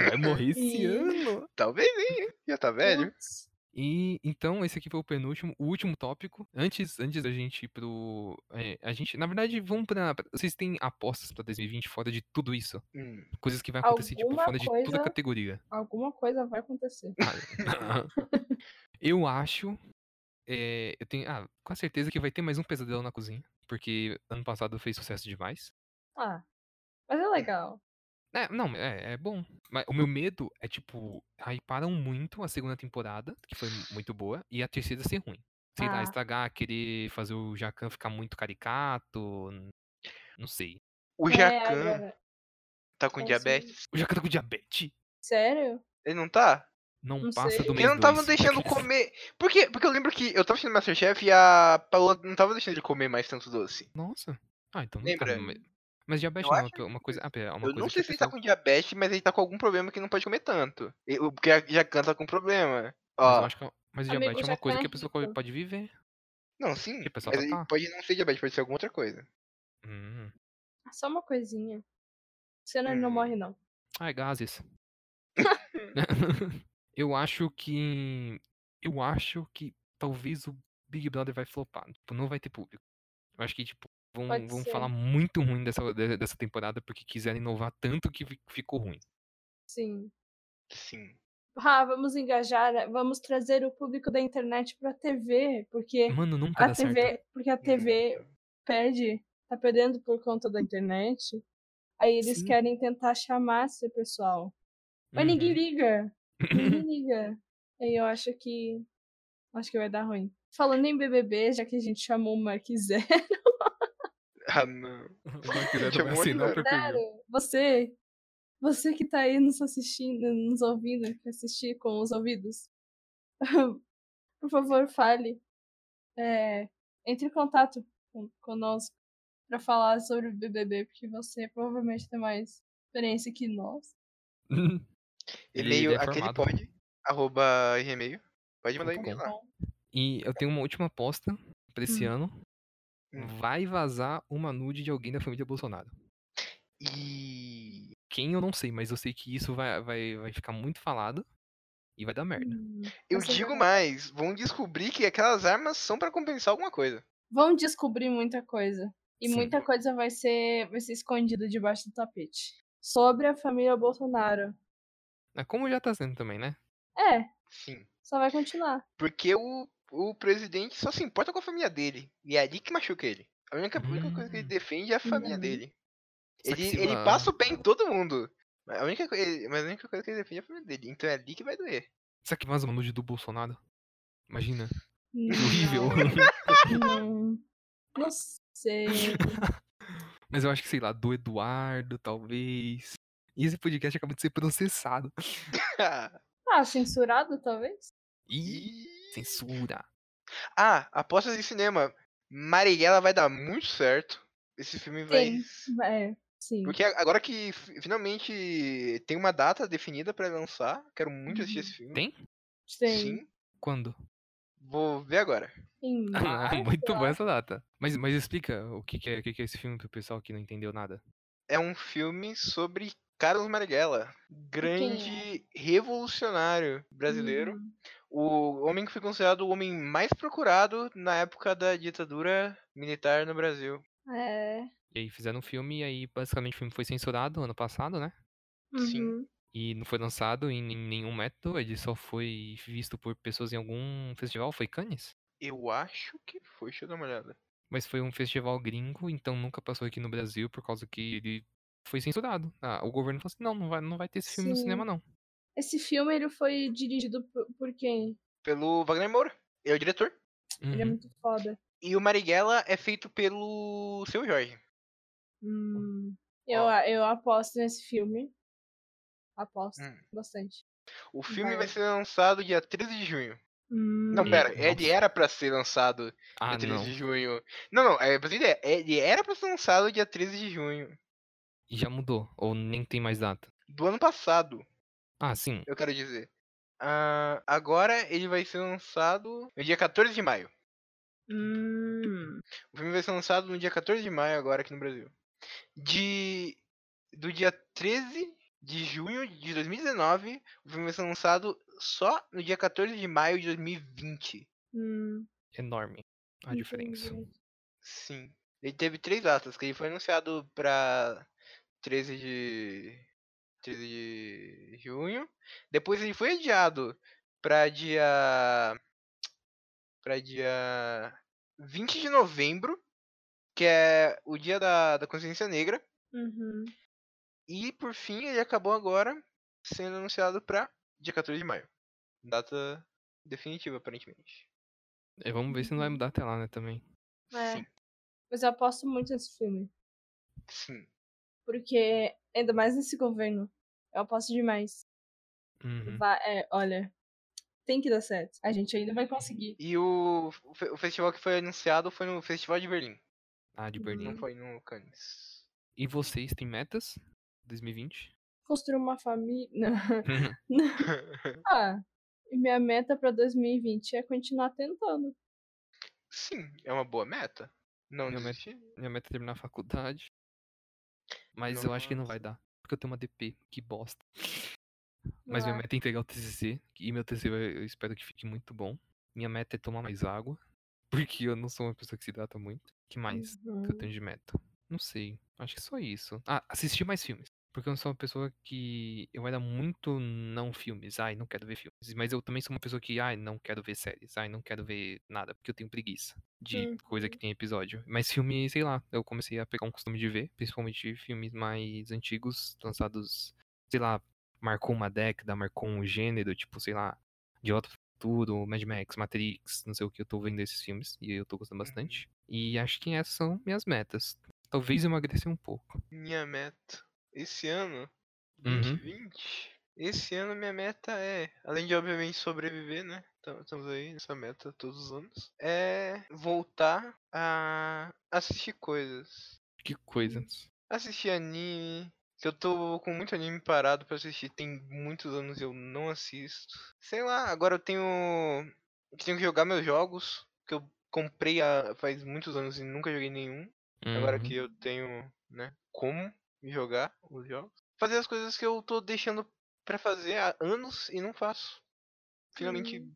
[SPEAKER 1] vai morrer esse
[SPEAKER 4] Ih.
[SPEAKER 1] ano.
[SPEAKER 3] Talvez, hein? Já tá velho.
[SPEAKER 4] Putz,
[SPEAKER 1] E então esse aqui foi o penúltimo, o último tópico. Antes, antes da gente ir pro, é, a gente, na verdade, vamos pra, pra- vocês têm apostas pra 2020 fora de tudo isso,
[SPEAKER 3] Hum,
[SPEAKER 1] coisas que vai acontecer tipo
[SPEAKER 4] Alguma
[SPEAKER 1] fora de toda
[SPEAKER 4] coisa-
[SPEAKER 1] a categoria. Ah,
[SPEAKER 4] Alguma coisa vai acontecer.
[SPEAKER 1] eu acho, é, eu tenho, ah, com certeza que vai ter mais um pesadelo na cozinha, porque ano passado fez sucesso demais.
[SPEAKER 4] Ah, mas é legal.
[SPEAKER 1] É, não, é, é bom. Mas o meu medo é, tipo, hyparam muito a segunda temporada, que foi mu- muito boa, e a terceira ser ruim. Sei lá,
[SPEAKER 4] Ah.
[SPEAKER 1] estragar, querer fazer o Jacan ficar muito caricato. n- Não sei.
[SPEAKER 3] O
[SPEAKER 4] É,
[SPEAKER 3] Jacan
[SPEAKER 4] agora-
[SPEAKER 3] tá com
[SPEAKER 4] é, sim.
[SPEAKER 3] diabetes?
[SPEAKER 1] O Jacan tá com diabetes.
[SPEAKER 4] Sério?
[SPEAKER 3] Ele não tá?
[SPEAKER 1] Não,
[SPEAKER 4] Não
[SPEAKER 1] passa
[SPEAKER 4] sei.
[SPEAKER 1] do
[SPEAKER 4] Porque
[SPEAKER 1] mês
[SPEAKER 3] Porque não estavam
[SPEAKER 1] dois. é
[SPEAKER 3] deixando comer. Por quê? Porque eu lembro que eu tava assistindo Masterchef e a Paola não tava deixando ele comer mais tanto doce.
[SPEAKER 1] Nossa. Ah, então.
[SPEAKER 3] Lembra?
[SPEAKER 1] cara, mas, mas diabetes
[SPEAKER 3] Eu
[SPEAKER 1] não, é
[SPEAKER 3] acho
[SPEAKER 1] uma- uma coisa. Ah, pera, é uma
[SPEAKER 3] eu
[SPEAKER 1] coisa
[SPEAKER 3] não
[SPEAKER 1] que
[SPEAKER 3] sei
[SPEAKER 1] a
[SPEAKER 3] se ele tá
[SPEAKER 1] pessoa-
[SPEAKER 3] com diabetes, mas ele tá com algum problema que não pode comer tanto. E- o- Porque a Jacan tá com problema.
[SPEAKER 1] Mas eu
[SPEAKER 3] Ó,
[SPEAKER 1] acho que. é- Mas o
[SPEAKER 4] Amigo,
[SPEAKER 1] diabetes é uma
[SPEAKER 4] Jacquin
[SPEAKER 1] coisa
[SPEAKER 4] é
[SPEAKER 1] que a pessoa co-
[SPEAKER 4] rico.
[SPEAKER 1] pode viver.
[SPEAKER 3] não, sim.
[SPEAKER 1] que o pessoal
[SPEAKER 3] Mas
[SPEAKER 1] tá-
[SPEAKER 3] ele
[SPEAKER 1] tá.
[SPEAKER 3] pode não ser diabetes, pode ser alguma outra coisa.
[SPEAKER 1] Hum.
[SPEAKER 4] Ah, Só uma coisinha. Senna não
[SPEAKER 3] Hum.
[SPEAKER 4] morre, não.
[SPEAKER 1] Ai, Ah, é gases. eu acho que. Eu acho que talvez o Big Brother vai flopar. Tipo, não vai ter público. Eu acho que, tipo, vão,
[SPEAKER 4] Pode
[SPEAKER 1] vão
[SPEAKER 4] ser.
[SPEAKER 1] falar muito ruim dessa, de- dessa temporada porque quiseram inovar tanto que fi- ficou ruim.
[SPEAKER 4] Sim.
[SPEAKER 3] Sim.
[SPEAKER 4] Ah, vamos engajar, vamos trazer o público da internet pra TV,
[SPEAKER 3] Hum.
[SPEAKER 4] porque
[SPEAKER 1] Mano,
[SPEAKER 3] Tá
[SPEAKER 1] nunca
[SPEAKER 4] a
[SPEAKER 1] dá certo.
[SPEAKER 4] TV, porque a
[SPEAKER 3] Uhum.
[SPEAKER 4] TV perde, tá perdendo por conta da internet. Aí eles
[SPEAKER 1] Sim.
[SPEAKER 4] querem tentar chamar esse pessoal. Mas
[SPEAKER 1] Uhum.
[SPEAKER 4] ninguém liga. Ninguém liga. E eu acho que. Acho que vai dar ruim. Falando em BBB, já que a gente chamou o Mark Zero,
[SPEAKER 3] Ah, não. Tinha um monte de
[SPEAKER 1] Ninguém
[SPEAKER 4] você. Você que tá aí nos assistindo, nos ouvindo, que assistir com os ouvidos, por favor, fale. É, entre em contato com- conosco pra falar sobre o BBB, porque você provavelmente tem mais experiência que nós.
[SPEAKER 1] Ele- ele
[SPEAKER 3] E-mail,
[SPEAKER 1] é
[SPEAKER 3] aquele
[SPEAKER 1] formado.
[SPEAKER 3] pode, arroba gmail. Pode mandar
[SPEAKER 1] Ponto
[SPEAKER 3] e-mail lá.
[SPEAKER 4] Então,
[SPEAKER 1] E eu tenho uma última aposta pra esse
[SPEAKER 4] Hum.
[SPEAKER 1] ano.
[SPEAKER 3] Hum.
[SPEAKER 1] Vai vazar uma nude de alguém da família Bolsonaro.
[SPEAKER 3] E.
[SPEAKER 1] Quem eu não sei, mas eu sei que isso vai, vai, vai ficar muito falado e vai dar merda.
[SPEAKER 4] Hum,
[SPEAKER 3] Eu
[SPEAKER 4] essa é
[SPEAKER 3] digo
[SPEAKER 4] verdade.
[SPEAKER 3] mais, vão descobrir que aquelas armas são pra compensar alguma coisa.
[SPEAKER 4] Vão descobrir muita coisa. E
[SPEAKER 1] Sim.
[SPEAKER 4] muita coisa vai ser, vai ser escondida debaixo do tapete. Sobre a família Bolsonaro.
[SPEAKER 1] Ah, Como já tá sendo também, né?
[SPEAKER 4] É,
[SPEAKER 3] Sim.
[SPEAKER 4] só vai continuar.
[SPEAKER 3] Porque o, o presidente só se importa com a família dele. E é ali que machuca ele. A única, a única coisa que ele
[SPEAKER 1] Hum.
[SPEAKER 3] defende é a família
[SPEAKER 4] Uhum.
[SPEAKER 3] dele.
[SPEAKER 1] Só que
[SPEAKER 3] Ele,
[SPEAKER 1] se
[SPEAKER 3] ele
[SPEAKER 1] va-
[SPEAKER 3] passa o pé em todo mundo. Mas a, única, co- ele- mas a única coisa que ele defende é a família dele. Então é ali que vai doer.
[SPEAKER 1] Será que vaza uma nude do Bolsonaro? Imagina. Horrível.
[SPEAKER 4] Não, não, não sei.
[SPEAKER 1] Mas eu acho que, sei lá, do Eduardo, talvez. E esse podcast acaba de ser processado.
[SPEAKER 4] Ah, censurado, talvez?
[SPEAKER 1] Ih,
[SPEAKER 3] E-
[SPEAKER 1] censura.
[SPEAKER 3] Ah, apostas de cinema. Marighella vai dar muito certo. Esse filme vai.
[SPEAKER 4] Sim. É, sim.
[SPEAKER 3] Porque a- agora que fi- finalmente tem uma data definida pra lançar, quero muito assistir esse filme.
[SPEAKER 1] Tem?
[SPEAKER 4] Sim.
[SPEAKER 3] Sim.
[SPEAKER 1] Quando?
[SPEAKER 3] Vou ver agora.
[SPEAKER 4] Em
[SPEAKER 1] Ah,
[SPEAKER 4] março,
[SPEAKER 1] muito
[SPEAKER 4] eu
[SPEAKER 1] boa
[SPEAKER 4] acho.
[SPEAKER 1] essa data. Mas, mas explica o que, que é, o que, que é esse filme pro pessoal que não entendeu nada.
[SPEAKER 3] É um filme sobre Carlos Marighella, grande revolucionário brasileiro.
[SPEAKER 4] Hum,
[SPEAKER 3] O homem que foi considerado o homem mais procurado na época da ditadura militar no Brasil.
[SPEAKER 4] É.
[SPEAKER 1] E aí fizeram um filme, e aí basicamente o filme foi censurado ano passado, né?
[SPEAKER 3] Sim.
[SPEAKER 4] uhum.
[SPEAKER 1] E não foi lançado em nem- nenhum método, ele só foi visto por pessoas em algum festival, foi Cannes?
[SPEAKER 3] Eu acho que foi, deixa eu dar uma olhada.
[SPEAKER 1] mas foi um festival gringo, então nunca passou aqui no Brasil por causa que ele foi censurado. Ah, o governo falou assim: não, não vai, não vai ter esse filme no
[SPEAKER 4] Sim.
[SPEAKER 1] cinema, não.
[SPEAKER 4] Esse filme ele foi dirigido por, por quem?
[SPEAKER 3] Pelo Wagner Moura, ele é o diretor.
[SPEAKER 4] Ele é
[SPEAKER 1] Uhum.
[SPEAKER 4] muito foda.
[SPEAKER 3] E o Marighella é feito pelo seu Jorge.
[SPEAKER 4] Hum, eu,
[SPEAKER 3] Ó.
[SPEAKER 4] a- eu aposto nesse filme. Aposto
[SPEAKER 3] Hum.
[SPEAKER 4] bastante.
[SPEAKER 3] O filme vai
[SPEAKER 4] Vai.
[SPEAKER 3] ser lançado dia 13 de junho. Não,
[SPEAKER 1] Hum,
[SPEAKER 3] pera,
[SPEAKER 1] nossa.
[SPEAKER 3] ele era pra ser lançado
[SPEAKER 1] Ah,
[SPEAKER 3] dia 13
[SPEAKER 1] não.
[SPEAKER 3] de junho. Não, não, é pra ter ideia, ele era pra ser lançado dia 13 de junho
[SPEAKER 1] E já mudou, ou nem tem mais data.
[SPEAKER 3] do ano passado,
[SPEAKER 1] Ah, sim.
[SPEAKER 3] eu quero dizer. Ah, agora ele vai ser lançado no dia 14 de maio.
[SPEAKER 4] Hum.
[SPEAKER 3] O filme vai ser lançado no dia 14 de maio agora aqui no Brasil. De do dia 13 de junho de 2019, o filme vai ser lançado só no dia 14 de maio de 2020.
[SPEAKER 4] Hum,
[SPEAKER 1] Enorme a diferença.
[SPEAKER 4] entendi.
[SPEAKER 3] Sim. Ele teve três datas, que ele foi anunciado pra 13 de. 13 de junho. Depois ele foi adiado pra dia. pra dia 20 de novembro, que é o dia da, da consciência negra.
[SPEAKER 4] Uhum.
[SPEAKER 3] E por fim ele acabou agora sendo anunciado pra dia 14 de maio. Data definitiva, aparentemente.
[SPEAKER 1] É, vamos ver se não
[SPEAKER 4] Uhum.
[SPEAKER 1] vai mudar até lá, né, também.
[SPEAKER 4] É.
[SPEAKER 3] Sim.
[SPEAKER 4] Mas eu aposto muito nesse filme.
[SPEAKER 3] Sim.
[SPEAKER 4] Porque, ainda mais nesse governo, eu aposto demais.
[SPEAKER 1] Uhum.
[SPEAKER 4] Vai, é, olha, tem que dar certo. A gente ainda vai conseguir.
[SPEAKER 3] E o, o fe- o festival que foi anunciado foi no Festival de Berlim.
[SPEAKER 1] Ah, de
[SPEAKER 4] Uhum.
[SPEAKER 1] Berlim.
[SPEAKER 3] Não foi no Cannes.
[SPEAKER 1] E vocês têm metas? 2020?
[SPEAKER 4] Construir uma família. ah, e minha meta pra 2020 é continuar tentando.
[SPEAKER 3] Sim, é uma boa meta. Não
[SPEAKER 1] É uma meta.
[SPEAKER 3] desistir.
[SPEAKER 1] Minha meta é terminar a faculdade. Mas
[SPEAKER 3] Não
[SPEAKER 1] eu acho que não vai dar. Porque eu tenho uma DP, que bosta. Mas minha
[SPEAKER 4] Ah,
[SPEAKER 1] meta é entregar o TCC. E meu TCC vai- eu espero que fique muito bom. Minha meta é tomar mais água. Porque eu não sou uma pessoa que se hidrata muito. que mais que eu
[SPEAKER 4] uhum.
[SPEAKER 1] tenho de meta? Não sei. Acho que só isso. Ah, assistir mais filmes. Porque eu não sou uma pessoa que. Eu era muito não filmes. Ai, não quero ver filmes. Mas eu também sou uma pessoa que. Ai, não quero ver séries. Ai, não quero ver nada. Porque eu tenho preguiça de coisa que tem episódio. Mas filme, sei lá. Eu comecei a pegar um costume de ver. Principalmente filmes mais antigos. Lançados. Sei lá. Marcou uma década. Marcou um gênero. Tipo, sei lá. De outro futuro. Mad Max, Matrix. Não sei o que. Eu tô vendo esses filmes. E eu tô gostando
[SPEAKER 3] Uhum.
[SPEAKER 1] bastante. E acho que essas são minhas metas. Talvez emagrecer um pouco.
[SPEAKER 3] Minha meta. Esse ano,
[SPEAKER 1] Uhum.
[SPEAKER 3] 2020. Esse ano minha meta é, além de obviamente sobreviver, né? Estamos aí nessa meta todos os anos. É voltar a assistir coisas.
[SPEAKER 1] Que coisas.
[SPEAKER 3] Assistir anime. Que eu tô com muito anime parado pra assistir. Tem muitos anos eu não assisto. Sei lá, agora eu tenho. Tenho que jogar meus jogos. Que eu comprei há, faz muitos anos e nunca joguei nenhum. Agora
[SPEAKER 1] Uhum.
[SPEAKER 3] que eu tenho, né, como jogar os jogos. Fazer as coisas que eu tô deixando pra fazer há anos e não faço. Finalmente.
[SPEAKER 4] Hum.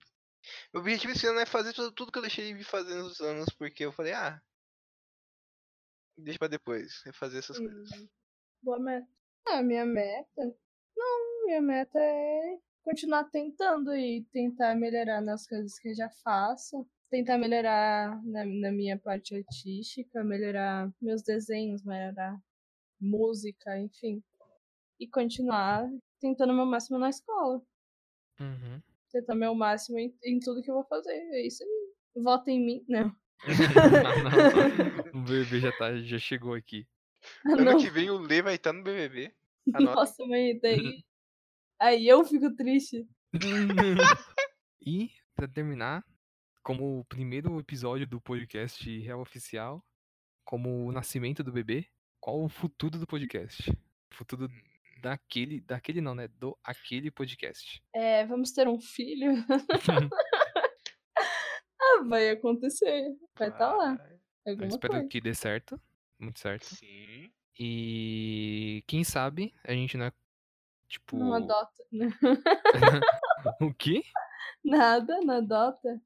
[SPEAKER 3] Meu objetivo esse ano é fazer tudo, tudo que eu deixei de fazer nos anos, porque eu falei, ah. Deixa pra depois. É fazer essas coisas.
[SPEAKER 4] Hum, Boa meta. Ah, minha meta? Não, minha meta é continuar tentando e tentar melhorar nas coisas que eu já faço. Tentar melhorar na, na minha parte artística, melhorar meus desenhos, melhorar música, enfim. E continuar tentando meu máximo na escola.
[SPEAKER 1] Uhum.
[SPEAKER 4] Tentar meu máximo em, em tudo que eu vou fazer. É isso aí. Vota em mim. Não.
[SPEAKER 1] Não, não. O bebê já, tá, já chegou aqui.
[SPEAKER 3] Ano
[SPEAKER 4] Não.
[SPEAKER 3] que vem o Lê vai estar no BBB. Anota.
[SPEAKER 4] Nossa, mãe, daí. Aí eu fico triste.
[SPEAKER 1] e, pra terminar, como o primeiro episódio do podcast Real Oficial, como o nascimento do bebê, qual o futuro do podcast? Futuro daquele. Daquele não, né? Do aquele podcast.
[SPEAKER 4] É, vamos ter um filho? Ah, vai acontecer. Vai estar tá lá.
[SPEAKER 3] Vai.
[SPEAKER 1] Ah, Eu
[SPEAKER 4] Alguma
[SPEAKER 1] espero
[SPEAKER 4] coisa.
[SPEAKER 1] que dê certo. Muito certo.
[SPEAKER 3] Sim.
[SPEAKER 1] E quem sabe a gente não é tipo.
[SPEAKER 4] Não adota.
[SPEAKER 1] o quê?
[SPEAKER 4] Nada, não adota.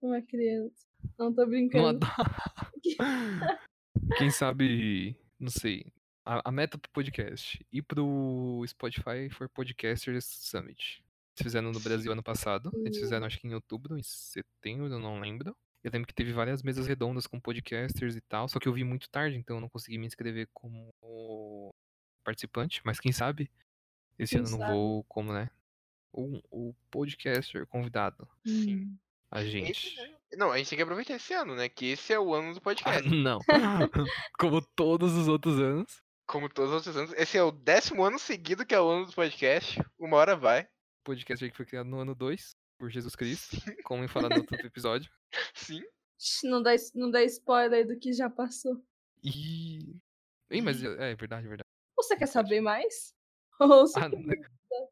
[SPEAKER 4] Uma criança. Não tô
[SPEAKER 1] Não
[SPEAKER 4] brincando.
[SPEAKER 1] adoro. quem sabe, não sei. A, a meta pro podcast. Ir pro Spotify for Podcasters Summit. Eles fizeram no Brasil ano passado. Eles
[SPEAKER 4] Sim.
[SPEAKER 1] fizeram acho que em outubro, em setembro, eu não lembro. Eu lembro que teve várias mesas redondas com podcasters e tal, só que eu vi muito tarde, então eu não consegui me inscrever como participante, mas quem sabe? Esse
[SPEAKER 4] Quem
[SPEAKER 1] ano eu não
[SPEAKER 4] sabe?
[SPEAKER 1] vou como, né? Ou o podcaster convidado,
[SPEAKER 4] Hum.
[SPEAKER 1] a
[SPEAKER 3] Esse,
[SPEAKER 1] gente.
[SPEAKER 3] né? Não, a gente tem que aproveitar esse ano, né? Que esse é o ano do
[SPEAKER 1] Ah,
[SPEAKER 3] podcast.
[SPEAKER 1] não. Como todos os outros anos.
[SPEAKER 3] Como todos os outros anos. Esse é o décimo ano seguido que é o ano do podcast. Uma hora vai.
[SPEAKER 1] Podcast aí que foi criado no ano 2 por Jesus Cristo, como eu falei no outro episódio.
[SPEAKER 3] Sim.
[SPEAKER 4] Shh, Não dá, es- não dá spoiler aí do que já passou.
[SPEAKER 1] E. Ei, mas é, é verdade, é verdade.
[SPEAKER 4] Você quer saber mais? Ou você
[SPEAKER 1] Ah,
[SPEAKER 4] quer-
[SPEAKER 1] né.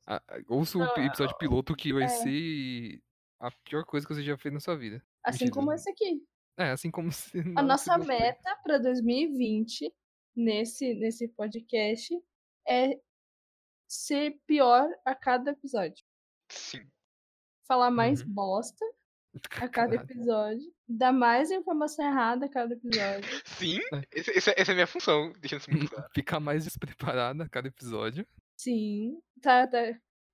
[SPEAKER 1] Ah, ah, ouça o
[SPEAKER 4] Não,
[SPEAKER 1] pi-
[SPEAKER 4] é-
[SPEAKER 1] episódio piloto que vai
[SPEAKER 4] é.
[SPEAKER 1] ser a pior coisa que você já fez na sua vida.
[SPEAKER 4] assim
[SPEAKER 1] mentira.
[SPEAKER 4] como esse aqui.
[SPEAKER 1] É, assim como se.
[SPEAKER 4] A
[SPEAKER 1] não
[SPEAKER 4] nossa
[SPEAKER 1] se gostou.
[SPEAKER 4] meta pra 2020 nesse, nesse podcast é ser pior a cada episódio.
[SPEAKER 3] Sim.
[SPEAKER 4] Falar mais
[SPEAKER 1] Uhum.
[SPEAKER 4] bosta a cada episódio, dar mais informação errada a cada episódio.
[SPEAKER 3] Sim,
[SPEAKER 1] É.
[SPEAKER 3] esse- esse- essa é a minha função, deixando isso muito claro.
[SPEAKER 1] Ficar mais despreparada a cada episódio.
[SPEAKER 4] Sim. Tá, tá.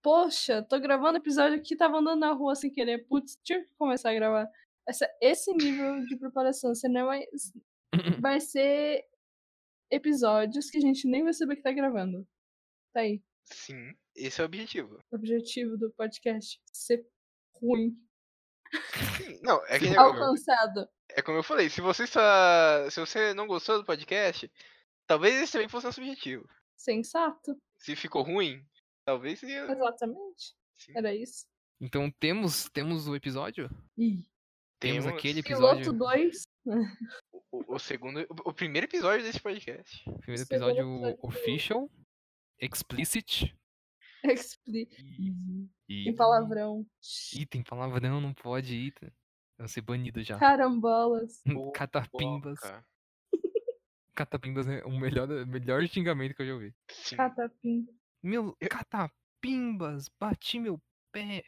[SPEAKER 4] Poxa, tô gravando episódio aqui, tava andando na rua sem querer. Putz, tinha que começar a gravar. Essa, esse nível de preparação, senão vai, vai ser episódios que a gente nem vai saber que tá gravando. Tá aí.
[SPEAKER 3] Sim, esse é o objetivo.
[SPEAKER 4] O objetivo do podcast ser ruim.
[SPEAKER 3] Sim, não, é, aquele
[SPEAKER 1] Sim.
[SPEAKER 3] negócio,
[SPEAKER 4] Alcançado.
[SPEAKER 3] é como eu falei, se você só, se você não gostou do podcast, talvez esse também fosse nosso objetivo.
[SPEAKER 4] Sensato.
[SPEAKER 3] Se ficou ruim, talvez seria...
[SPEAKER 4] Exatamente.
[SPEAKER 3] Sim.
[SPEAKER 4] Era isso.
[SPEAKER 1] Então temos temos o episódio?
[SPEAKER 4] Ih,
[SPEAKER 1] Temos
[SPEAKER 3] Temos.
[SPEAKER 1] aquele episódio.
[SPEAKER 4] piloto 2.
[SPEAKER 3] O, o segundo, o, o primeiro episódio desse podcast.
[SPEAKER 1] Primeiro
[SPEAKER 4] Segundo
[SPEAKER 1] episódio
[SPEAKER 4] episódio.
[SPEAKER 1] official, explicit. E, e-
[SPEAKER 4] Uhum. Em palavrão.
[SPEAKER 1] Ih, tem palavrão, não pode ir. Vão ser banido
[SPEAKER 3] Tá.
[SPEAKER 1] já.
[SPEAKER 4] Carambolas.
[SPEAKER 3] Ô,
[SPEAKER 1] Catapimbas.
[SPEAKER 3] Boca.
[SPEAKER 1] Catapimbas é o melhor, o melhor xingamento que eu já ouvi.
[SPEAKER 3] Sim.
[SPEAKER 4] Catapim.
[SPEAKER 1] Meu, catapimbas, bati meu pé.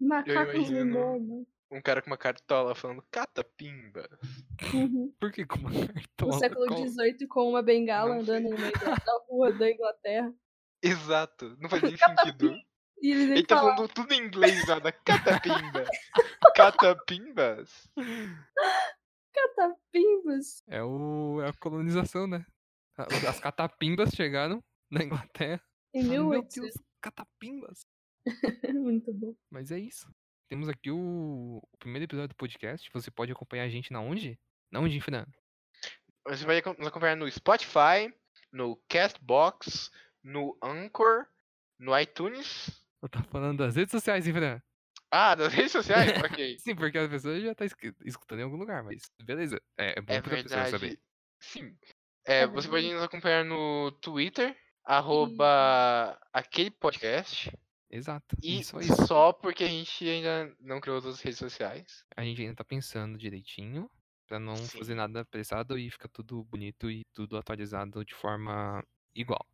[SPEAKER 4] Macacos
[SPEAKER 3] imagino.
[SPEAKER 4] limonas.
[SPEAKER 3] Um cara com uma cartola falando catapimba.
[SPEAKER 4] Uhum.
[SPEAKER 1] Por que com uma
[SPEAKER 4] No
[SPEAKER 1] cartola?
[SPEAKER 4] século
[SPEAKER 1] Qual-
[SPEAKER 4] XVIII, com uma bengala
[SPEAKER 3] um Não
[SPEAKER 4] andando no meio da, da rua da Inglaterra.
[SPEAKER 3] Exato, não faz nem sentido.
[SPEAKER 4] E ele nem
[SPEAKER 3] Ele tá
[SPEAKER 4] falava.
[SPEAKER 3] falando tudo em inglês lá né? da catapimba. Catapimbas?
[SPEAKER 4] Catapimbas.
[SPEAKER 1] É, o, é a colonização, né? A- As catapimbas chegaram na Inglaterra.
[SPEAKER 4] Em
[SPEAKER 3] Ah,
[SPEAKER 1] Falaram, Meu
[SPEAKER 4] 1800.
[SPEAKER 1] Deus, catapimbas.
[SPEAKER 4] Muito bom.
[SPEAKER 1] Mas é isso. Temos aqui o, o primeiro episódio do podcast. Você pode acompanhar a gente na onde? Na onde, Fran?
[SPEAKER 3] Você vai acom- nos acompanhar no Spotify, no Castbox, no Anchor, no iTunes.
[SPEAKER 1] Eu tava falando das redes sociais, hein, Fran?
[SPEAKER 3] Ah, das redes sociais? Ok.
[SPEAKER 1] Sim, porque a pessoa já tá escu- escutando em algum lugar, mas beleza. É, é bom
[SPEAKER 3] É
[SPEAKER 1] pra pessoa saber.
[SPEAKER 3] verdade. Sim. É,
[SPEAKER 4] É
[SPEAKER 3] você
[SPEAKER 4] verdade.
[SPEAKER 3] pode nos acompanhar no Twitter, arroba aquele podcast.
[SPEAKER 1] Exato.
[SPEAKER 3] E
[SPEAKER 1] E só isso.
[SPEAKER 3] só porque a gente ainda não criou outras redes sociais.
[SPEAKER 1] A gente ainda tá pensando direitinho. Pra não
[SPEAKER 3] Sim.
[SPEAKER 1] fazer nada apressado e fica tudo bonito e tudo atualizado de forma igual.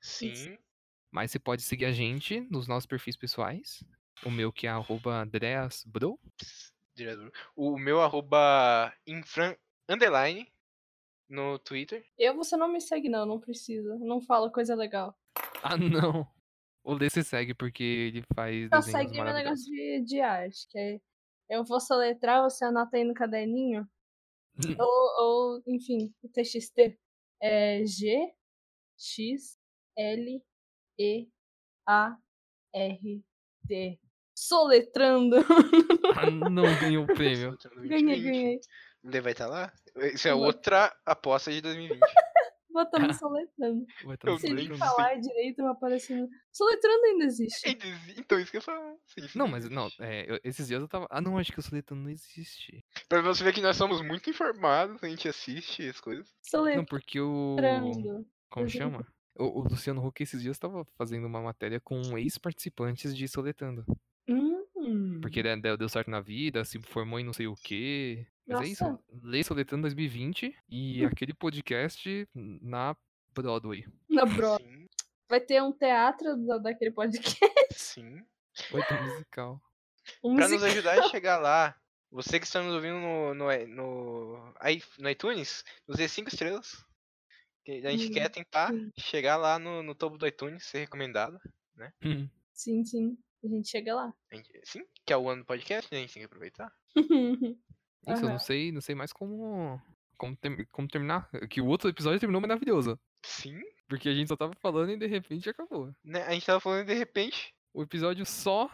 [SPEAKER 3] Sim.
[SPEAKER 1] Mas você pode seguir a gente nos nossos perfis pessoais. O meu que é arroba DreasBro.
[SPEAKER 3] direto. O meu arroba infran underline no Twitter.
[SPEAKER 4] Eu, você não me segue, não, não precisa. Não fala coisa legal.
[SPEAKER 1] Ah, não! O Lê se segue porque ele faz
[SPEAKER 4] Só
[SPEAKER 1] desenhos
[SPEAKER 4] Então segue meu negócio
[SPEAKER 1] maravilhosos.
[SPEAKER 4] de, de arte, que é eu vou soletrar, você anota aí no caderninho. ou, ou, enfim, o TXT. É G, X, L, E, A, R, T. Soletrando.
[SPEAKER 1] Ah, não ganhou o prêmio.
[SPEAKER 3] Nossa, eu tô no
[SPEAKER 4] ganhei,
[SPEAKER 3] 2020.
[SPEAKER 4] ganhei.
[SPEAKER 3] Ele vai estar lá? Isso é
[SPEAKER 4] Não.
[SPEAKER 3] outra aposta de 2020.
[SPEAKER 4] Botamos tá soletrando.
[SPEAKER 1] Vai tá no
[SPEAKER 3] Eu
[SPEAKER 4] Sem
[SPEAKER 1] Twitter,
[SPEAKER 3] lembro.
[SPEAKER 4] nem
[SPEAKER 1] não.
[SPEAKER 4] falar direito, vai aparecendo. Soletrando ainda existe.
[SPEAKER 3] Ele diz- então, isso que eu falo. Sim, sim,
[SPEAKER 1] Não, mas
[SPEAKER 3] sim.
[SPEAKER 1] não, é, eu- esses dias eu tava. Ah, não, acho que o soletrando não existe.
[SPEAKER 3] Pra você ver que nós somos muito informados, a gente assiste as coisas.
[SPEAKER 1] Não, porque o.
[SPEAKER 4] Soletrando.
[SPEAKER 1] Como
[SPEAKER 4] Mas eu não-
[SPEAKER 1] chama? O, o Luciano Huck esses dias tava fazendo uma matéria com ex-participantes de Soletando.
[SPEAKER 4] Hum.
[SPEAKER 1] Porque ele deu, deu certo na vida, se formou em não sei o quê. Mas é isso.
[SPEAKER 4] Nossa.
[SPEAKER 1] Lê Soletando 2020 e aquele podcast na Broadway.
[SPEAKER 4] Na bro.
[SPEAKER 3] Sim,
[SPEAKER 4] Vai ter um teatro da, daquele podcast.
[SPEAKER 3] sim.
[SPEAKER 1] Vai ter musical.
[SPEAKER 4] Um
[SPEAKER 3] Pra nos
[SPEAKER 4] musical.
[SPEAKER 3] ajudar a chegar lá, você que está nos ouvindo no, no, i- no, i- no iTunes, nos dê 5 estrelas. Que a gente
[SPEAKER 4] Hum,
[SPEAKER 3] quer tentar
[SPEAKER 4] sim.
[SPEAKER 3] chegar lá no, no topo do iTunes, ser recomendado.
[SPEAKER 4] Uhum.
[SPEAKER 1] Hum.
[SPEAKER 4] Sim, sim. A gente chega lá.
[SPEAKER 3] A gente- Sim, que é o ano do podcast, né? A gente tem que aproveitar.
[SPEAKER 1] Isso, eu
[SPEAKER 4] Aham.
[SPEAKER 1] não sei, não sei mais como. Como, ter- como terminar. Que o outro episódio terminou maravilhoso.
[SPEAKER 3] Sim,
[SPEAKER 1] Porque a gente só tava falando e de repente acabou.
[SPEAKER 3] né? A gente tava falando de repente.
[SPEAKER 1] O episódio só.